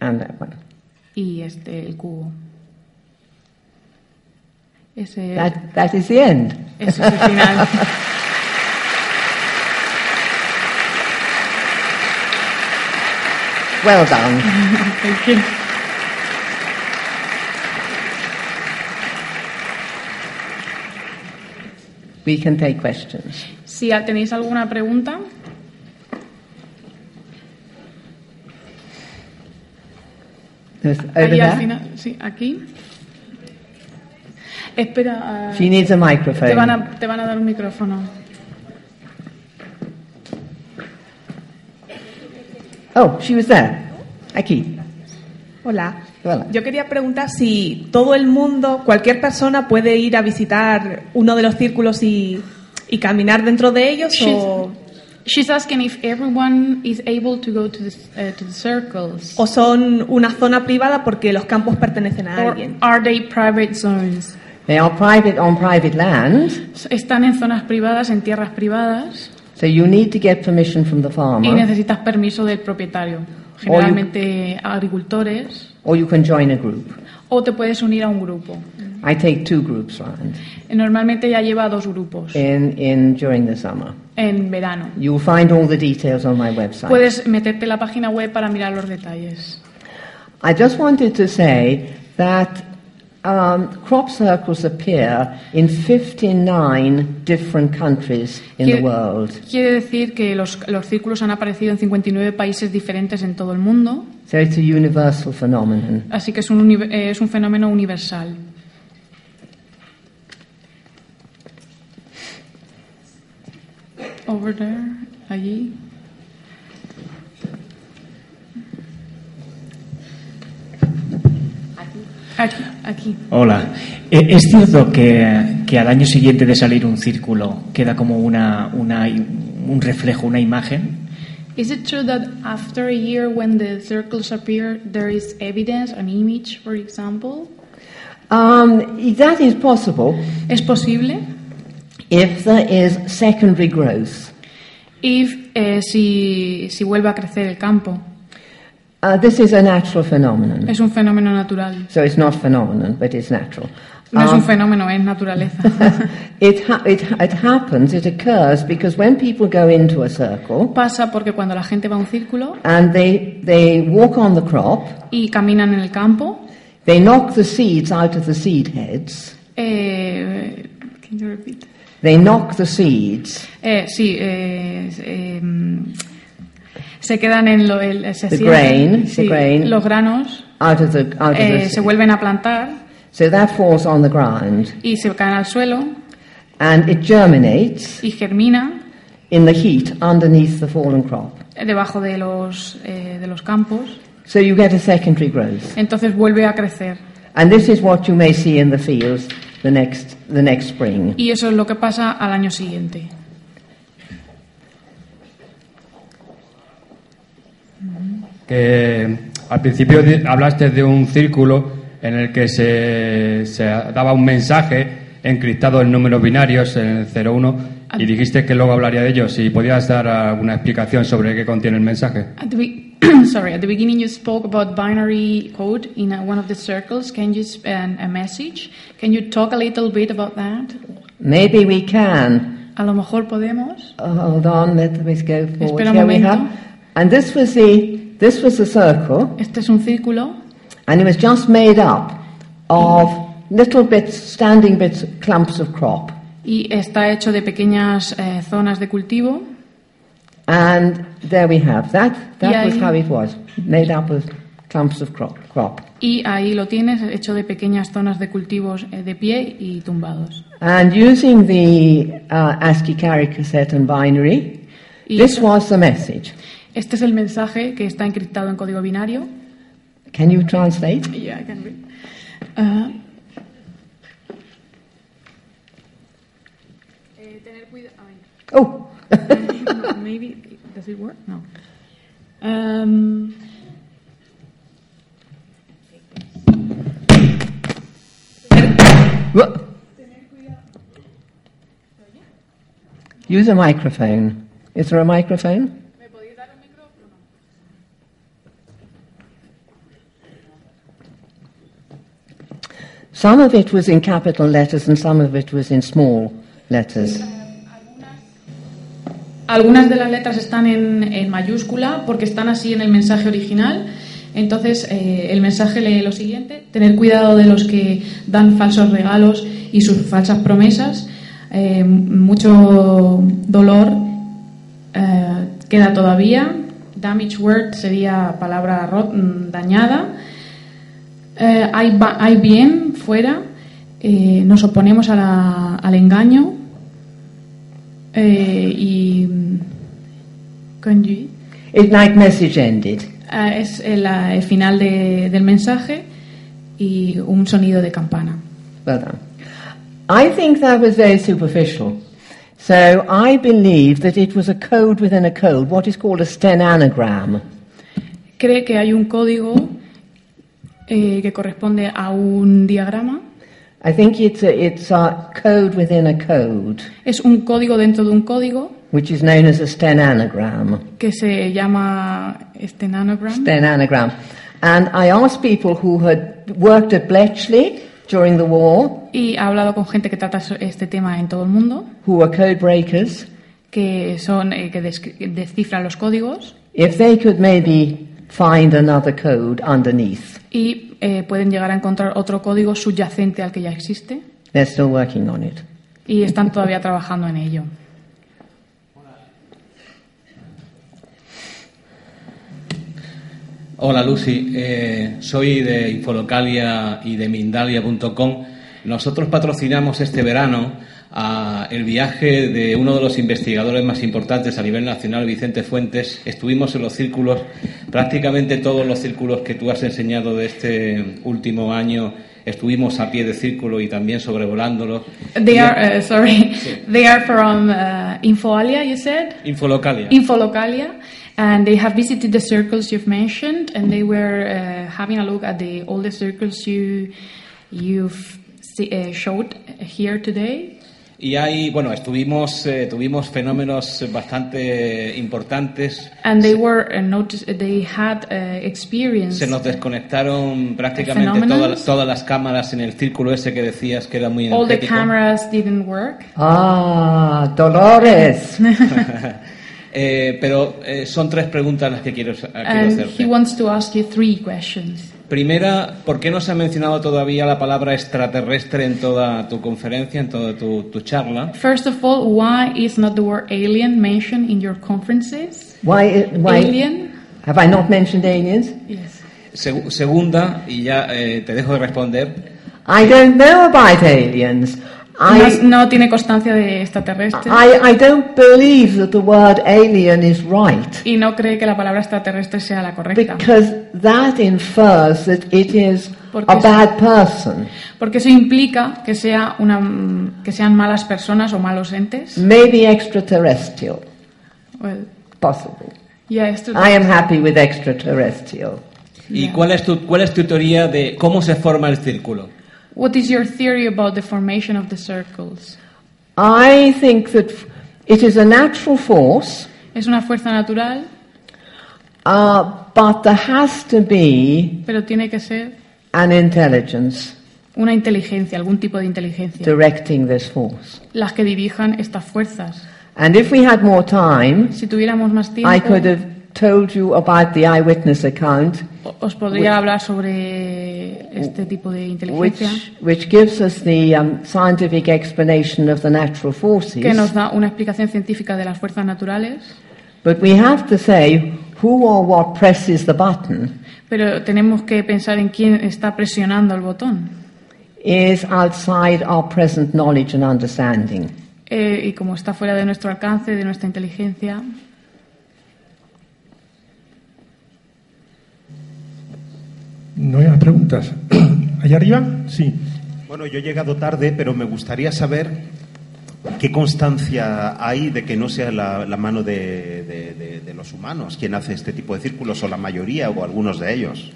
and that one. y este el cubo. Ese, That, that is the end. ese es el final. Well done. Thank you. We can take questions. Si tenéis alguna pregunta, There's over ahí al there. final, sí, aquí. Espera, ah, She needs a te, van microphone. a, te van a dar un micrófono. Oh, she was there. Aquí. Hola. Hola. Yo quería preguntar si todo el mundo, cualquier persona puede ir a visitar uno de los círculos y, y caminar dentro de ellos o, She's asking if everyone is able to go to the, uh, to the circles o son una zona privada porque los campos pertenecen a or alguien. are they private zones? They are private on private land, Están en zonas privadas, en tierras privadas so you need to get permission from the y farmer, necesitas permiso del propietario, generalmente agricultores, or you can join a group. o te puedes unir a un grupo. I take two groups round Normalmente ya lleva dos grupos Eh. in, in during the summer. en verano. You'll find all the details on my website. Puedes meterte en la página web para mirar los detalles. I just wanted to say that um, crop circles appear in 59 different countries in the Quiere- world. Quiere decir que los, los círculos han aparecido en 59 países diferentes en todo el mundo, So it's a universal phenomenon. así que es un, uni- eh, es un fenómeno universal. Over there, allí. Aquí, aquí. Hola. Eh, ¿Es cierto que, que al año siguiente de salir un círculo queda como una, una i- un reflejo, una imagen? Is it true that after a year, when the circles appear, there is evidence, an image, for example? Um, that is possible. ¿Es posible? if there is secondary growth. If, eh, si, si vuelve a crecer el campo. Uh, this is a natural phenomenon. Es un fenómeno natural. So it's not phenomenon, but it's natural. Um, No es un Ah. fenómeno, es naturaleza. It, ha- it, it happens, it occurs because when people go into a circle Pasa porque cuando la gente va a un círculo and they, they walk on the crop, y caminan en el campo, they knock the seeds out of the seed heads, eh, can you repeat? they knock the seeds, Eh, sí, eh, eh, mm, se quedan en lo, el, se The siembran, grain, sí, the grain. Ah, los granos out of the, out of eh, the se vuelven a plantar So that falls on the ground y se caen al suelo and it germinates y germina in the heat underneath the fallen crop. debajo de los, eh, de los campos. So you get a secondary growth. Entonces vuelve a crecer. And this is what you may see in the fields the next, the next spring. Y eso es lo que pasa al año siguiente. que al principio di- hablaste de un círculo en el que se, se daba un mensaje encriptado en números binarios, en el 01, y dijiste que luego hablaría de ello. Si podías dar alguna explicación sobre qué contiene el mensaje. At the be- sorry, at the beginning you spoke about binary code in uh, one of the circles. Can you sp- and a message? Can you talk a little bit about that? Maybe we can. A lo mejor podemos. Oh, hold on, let me go forward. Espera un Here we momento. have. And this was the this was the circle, Este es un círculo and it was just made up of little bits, standing bits, clumps of crop. y está hecho de pequeñas eh, zonas de cultivo. And there we have that. That Yeah, was yeah. how it was, made up of clumps of crop. crop. Y ahí lo tienes, hecho de pequeñas zonas de cultivos eh, de pie y tumbados. And using the uh, ASCII character set and binary, Y this was the message. este es el mensaje que está encriptado en código binario. Can you translate? Yeah, I can read. Uh, Eh, Oh, Maybe does it work? No. Um, wha- use a microphone. Is there a microphone? Some of it was in capital letters and some of it was in small letters. Algunas de las letras están en, en mayúscula porque están así en el mensaje original. Entonces, eh, el mensaje lee lo siguiente: tener cuidado de los que dan falsos regalos y sus falsas promesas. Eh, mucho dolor eh, queda todavía. Damage word sería palabra ro- mm, dañada. Eh, hay, ba- hay bien fuera. Eh, nos oponemos a la- al engaño. Eh, y mm, conduit. It like message ended. Ah, es el, ah, el final de- del mensaje y un sonido de campana. Well done. I think that was very superficial. So I believe that it was a code within a code, what is called a stenanagram. Cree que hay un código eh, que corresponde a un diagrama. I think it's a, it's a code within a code, Es un código dentro de un código which is known as a stenanagram. que se llama este nanogram. Stenanagram. And I asked people who had worked at Bletchley during the war, Y ha hablado con gente que trata so- este tema en todo el mundo, who were code breakers, que son eh, que descri- que descifran los códigos if they could maybe find another code underneath. y eh, pueden llegar a encontrar otro código subyacente al que ya existe. They're still working on it. y están todavía trabajando en ello. Hola Lucy, Eh, soy de Infolocalia y de Mindalia.com. Nosotros patrocinamos este verano ah, el viaje de uno de los investigadores más importantes a nivel nacional, Vicente Fuentes. Estuvimos en los círculos, prácticamente todos los círculos que tú has enseñado de este último año. Estuvimos a pie de círculo y también sobrevolándolos. They are uh, sorry. They are from uh, Infoalia, you said Infolocalia. Infolocalia, and they have visited the circles you've mentioned, and they were uh, having a look at the all the circles you you've se- uh, showed here today. Y ahí, bueno, estuvimos, eh, tuvimos fenómenos bastante importantes. And they were uh, noticed, they had uh, experienced Se nos desconectaron prácticamente Phenomenons. todas, todas las cámaras en el círculo ese que decías que era muy all the energético. cameras didn't work. Ah, Dolores. Eh, pero eh, son tres preguntas las que quiero, eh, quiero And Um, he hacerte. wants to ask you three questions. Primera, ¿por qué no se ha mencionado todavía la palabra extraterrestre en toda tu conferencia, en toda tu, tu charla? First of all, why is not the word alien mentioned in your conferences? Why? Why? Alien? Have I not mentioned aliens? Yes. Segu- segunda, y ya eh, te dejo de responder, I don't know about aliens. I, no, no tiene constancia de extraterrestre I, I don't believe that the word alien is right y no cree que la palabra extraterrestre sea la correcta. because that infers that it is Porque a es- bad person. Porque eso implica que, sea una, que sean malas personas o malos entes. Maybe extraterrestrial. Well, Possible. yeah, extra- I am happy with extraterrestrial. ¿y cuál es, tu, cuál es tu teoría de cómo se forma el círculo? What is your theory about the formation of the circles? I think that f- it is a natural force, Es una fuerza natural, uh, but there has to be pero tiene que ser an intelligence una inteligencia, algún tipo de inteligencia, directing this force. las que dirijan estas fuerzas. And if we had more time, Si tuviéramos más I could tiempo, have told you about the eyewitness account, o- os podría hablar sobre este tipo de which, inteligencia which gives us the um, scientific explanation of the natural que nos forces. da una explicación científica de las fuerzas naturales, But we have to say who or what presses the button. pero tenemos que pensar en quién está presionando el botón. is outside our present knowledge and understanding. Eh, y como está fuera de nuestro alcance, de nuestra inteligencia, No hay más preguntas. ¿Allá arriba? Sí. Bueno, yo he llegado tarde, pero me gustaría saber qué constancia hay de que no sea la, la mano de, de- de- de los humanos quien hace este tipo de círculos, o la mayoría, o algunos de ellos.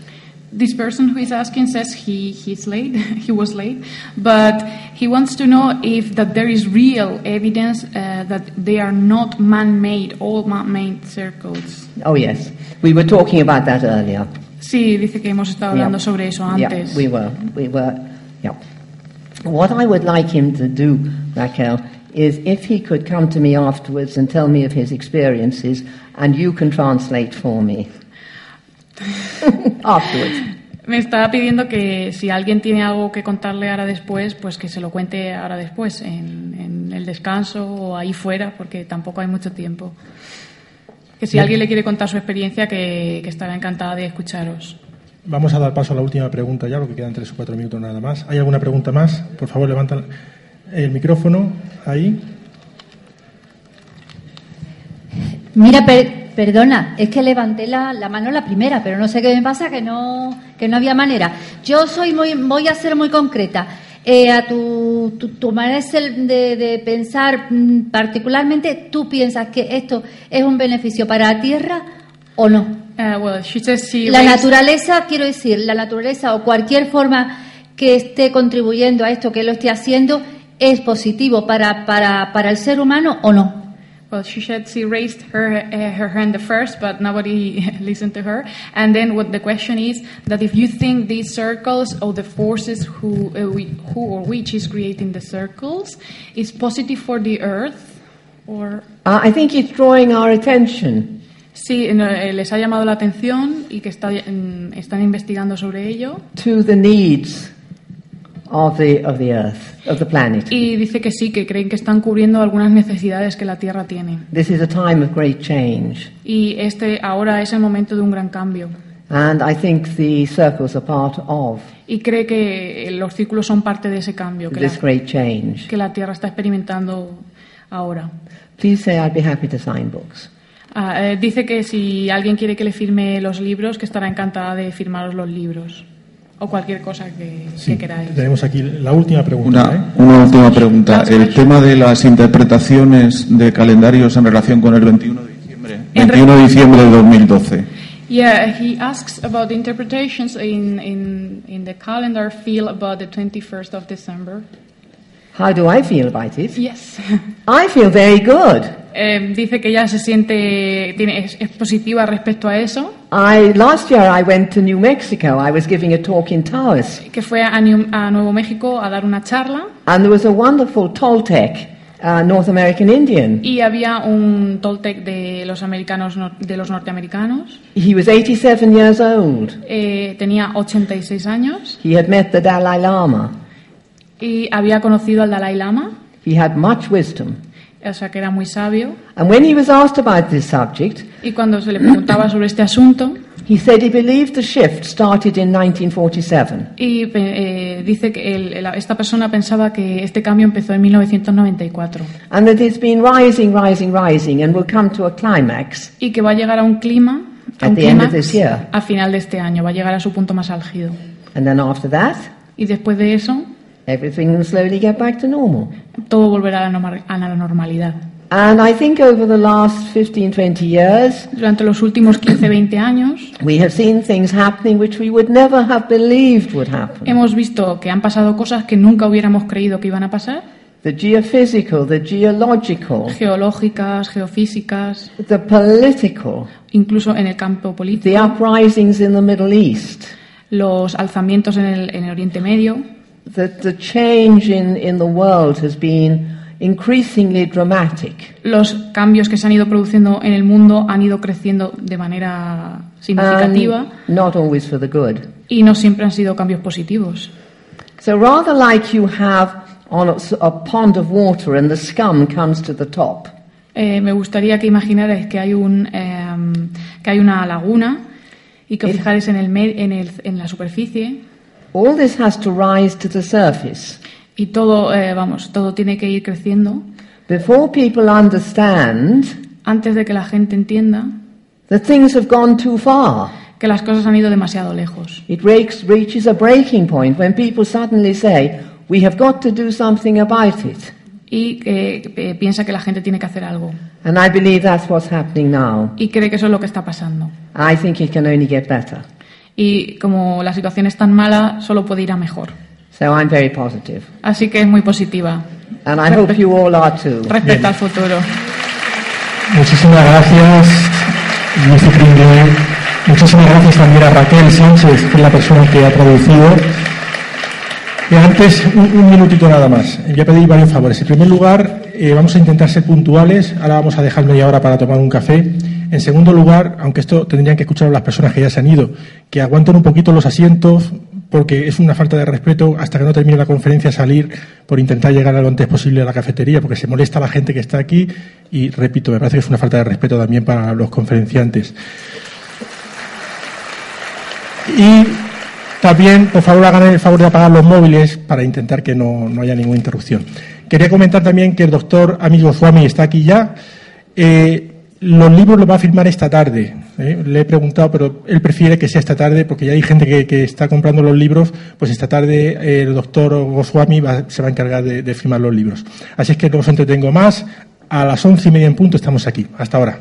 This person who is asking says he, he's late, he was late, but he wants to know if that there is real evidence uh, that they are not man-made, all man-made circles. Oh, yes. We were talking about that earlier. Sí, dice que hemos estado hablando Yeah. sobre eso Yeah, antes. we were. We were. Yeah. What I would like him to do, Raquel, is if he could come to me afterwards and tell me of his experiences, and you can translate for me. afterwards. Me estaba pidiendo que si alguien tiene algo que contarle ahora después, pues que se lo cuente ahora después, en, en el descanso o ahí fuera, porque tampoco hay mucho tiempo. Que si alguien le quiere contar su experiencia, que, que estará encantada de escucharos. Vamos a dar paso a la última pregunta ya, porque quedan tres o cuatro minutos nada más. ¿Hay alguna pregunta más? Por favor, levantan el micrófono ahí. Mira, per- perdona, es que levanté la, la mano la primera, pero no sé qué me pasa, que no, que no había manera. Yo soy muy, voy a ser muy concreta. Eh, a tu, tu, tu manera de ser- de, de pensar, mm, particularmente, ¿tú piensas que esto es un beneficio para la Tierra o no? Uh, well, she says she La raised- naturaleza, quiero decir, la naturaleza o cualquier forma que esté contribuyendo a esto que lo esté haciendo, ¿es positivo para, para, para el ser humano o no? Well, she said she raised her uh, her hand the first, but nobody listened to her. And then, what the question is that if you think these circles or the forces who uh, we, who or which is creating the circles is positive for the Earth, or Uh, I think it's drawing our attention sí, no, eh, les ha llamado la atención y que está, mm, están investigando sobre ello. to the needs of the, of the Earth, of the planet. Y dice que sí, que creen que están cubriendo algunas necesidades que la Tierra tiene. This is a time of great change. Y este ahora es el momento de un gran cambio. And I think the circles are part of Y cree que eh, los círculos son parte de ese cambio. Que la- this great change. que la Tierra está experimentando ahora. Please say I'd be happy to sign books. Ah, eh, dice que si alguien quiere que le firme los libros, que estará encantada de firmaros los libros o cualquier cosa que, Sí, que queráis. tenemos aquí la última pregunta. Una, ¿eh? una última pregunta. Las El ocho. tema de las interpretaciones de calendarios en relación con el 21 de diciembre. En re- 21 de diciembre de 2012. Yeah, he asks about the interpretations in, in, in the calendar field about the 21st of December. How do I feel about it? Yes. I feel very good. Eh, dice que ya se siente, tiene, es, es positiva respecto a eso, I last year I went to New Mexico. I was giving a talk in Taos, que fue a, New- a Nuevo México a dar una charla and there was a wonderful Toltec, uh, North American Indian. y había un Toltec de los americanos, nor- de los norteamericanos. He was 87 years old. Eh, tenía 86 años He had met the Dalai Lama. y había conocido al Dalai Lama, He had much wisdom. o sea que era muy sabio. And when he was asked about this subject, Y cuando se le preguntaba sobre este asunto, he said he believed the shift started in 1947. y pe- eh, dice que el- la- esta persona pensaba que este cambio empezó en 1994 And that it's been rising, rising, rising, and will come to a climax y que va a llegar a un clima a, at un the end of clímax this year. a final de este año, va a llegar a su punto más álgido. And then after that, Y después de eso, everything will slowly get back to normal. todo volverá a la, norma- a la normalidad. And I think over the last 15, 20 years, Durante los últimos 15, 20 años, we have seen things happening which we would never have believed would happen. hemos visto que han pasado cosas que nunca hubiéramos creído que iban a pasar, The geophysical, the geological, geológicas, geofísicas, the political, incluso en el campo the político, uprisings in the Middle East, los alzamientos en el, en el Oriente Medio. that the change in, in the world has been increasingly dramatic. Los cambios que se han ido produciendo en el mundo han ido creciendo de manera significativa And not always for the good. y no siempre han sido cambios positivos. So rather like you have on a, s- a pond of water and the scum comes to the top. Eh, me gustaría que imaginarais que hay un eh, que hay una laguna y que os fijarais en el, me- en el- en la superficie All this has to rise to the surface. y todo eh, vamos todo tiene que ir creciendo Before people understand antes de que la gente entienda that things have gone too far. que las cosas han ido demasiado lejos. It reaks- reaches a breaking point when people suddenly say, we have got to do something about it. Y que eh, piensa que la gente tiene que hacer algo. And I believe that's what's happening now. Y cree que eso es lo que está pasando. I think it can only get better. Y como la situación es tan mala, solo puede ir a mejor. So I'm very positive. Así que es muy positiva And I hope you all are too. respecto al futuro. Muchísimas gracias, Luis Pringle. Muchísimas gracias también a Raquel Sánchez, que es la persona que ha traducido. Y antes, un, un minutito nada más. Voy a pedir varios favores. En primer lugar, eh, vamos a intentar ser puntuales. Ahora vamos a dejar media hora para tomar un café. En segundo lugar, aunque esto tendrían que escuchar las personas que ya se han ido, que aguanten un poquito los asientos, porque es una falta de respeto hasta que no termine la conferencia salir por intentar llegar lo antes posible a la cafetería, porque se molesta la gente que está aquí y, repito, me parece que es una falta de respeto también para los conferenciantes. Y también, por favor, hagan el favor de apagar los móviles para intentar que no, no haya ninguna interrupción. Quería comentar también que el doctor Amigo Swami está aquí ya. Eh, los libros los va a firmar esta tarde. ¿eh? Le he preguntado, pero él prefiere que sea esta tarde porque ya hay gente que, que está comprando los libros. Pues esta tarde eh, el doctor Goswami va- se va a encargar de, de firmar los libros. Así es que no os entretengo más. A las once y media en punto estamos aquí. Hasta ahora.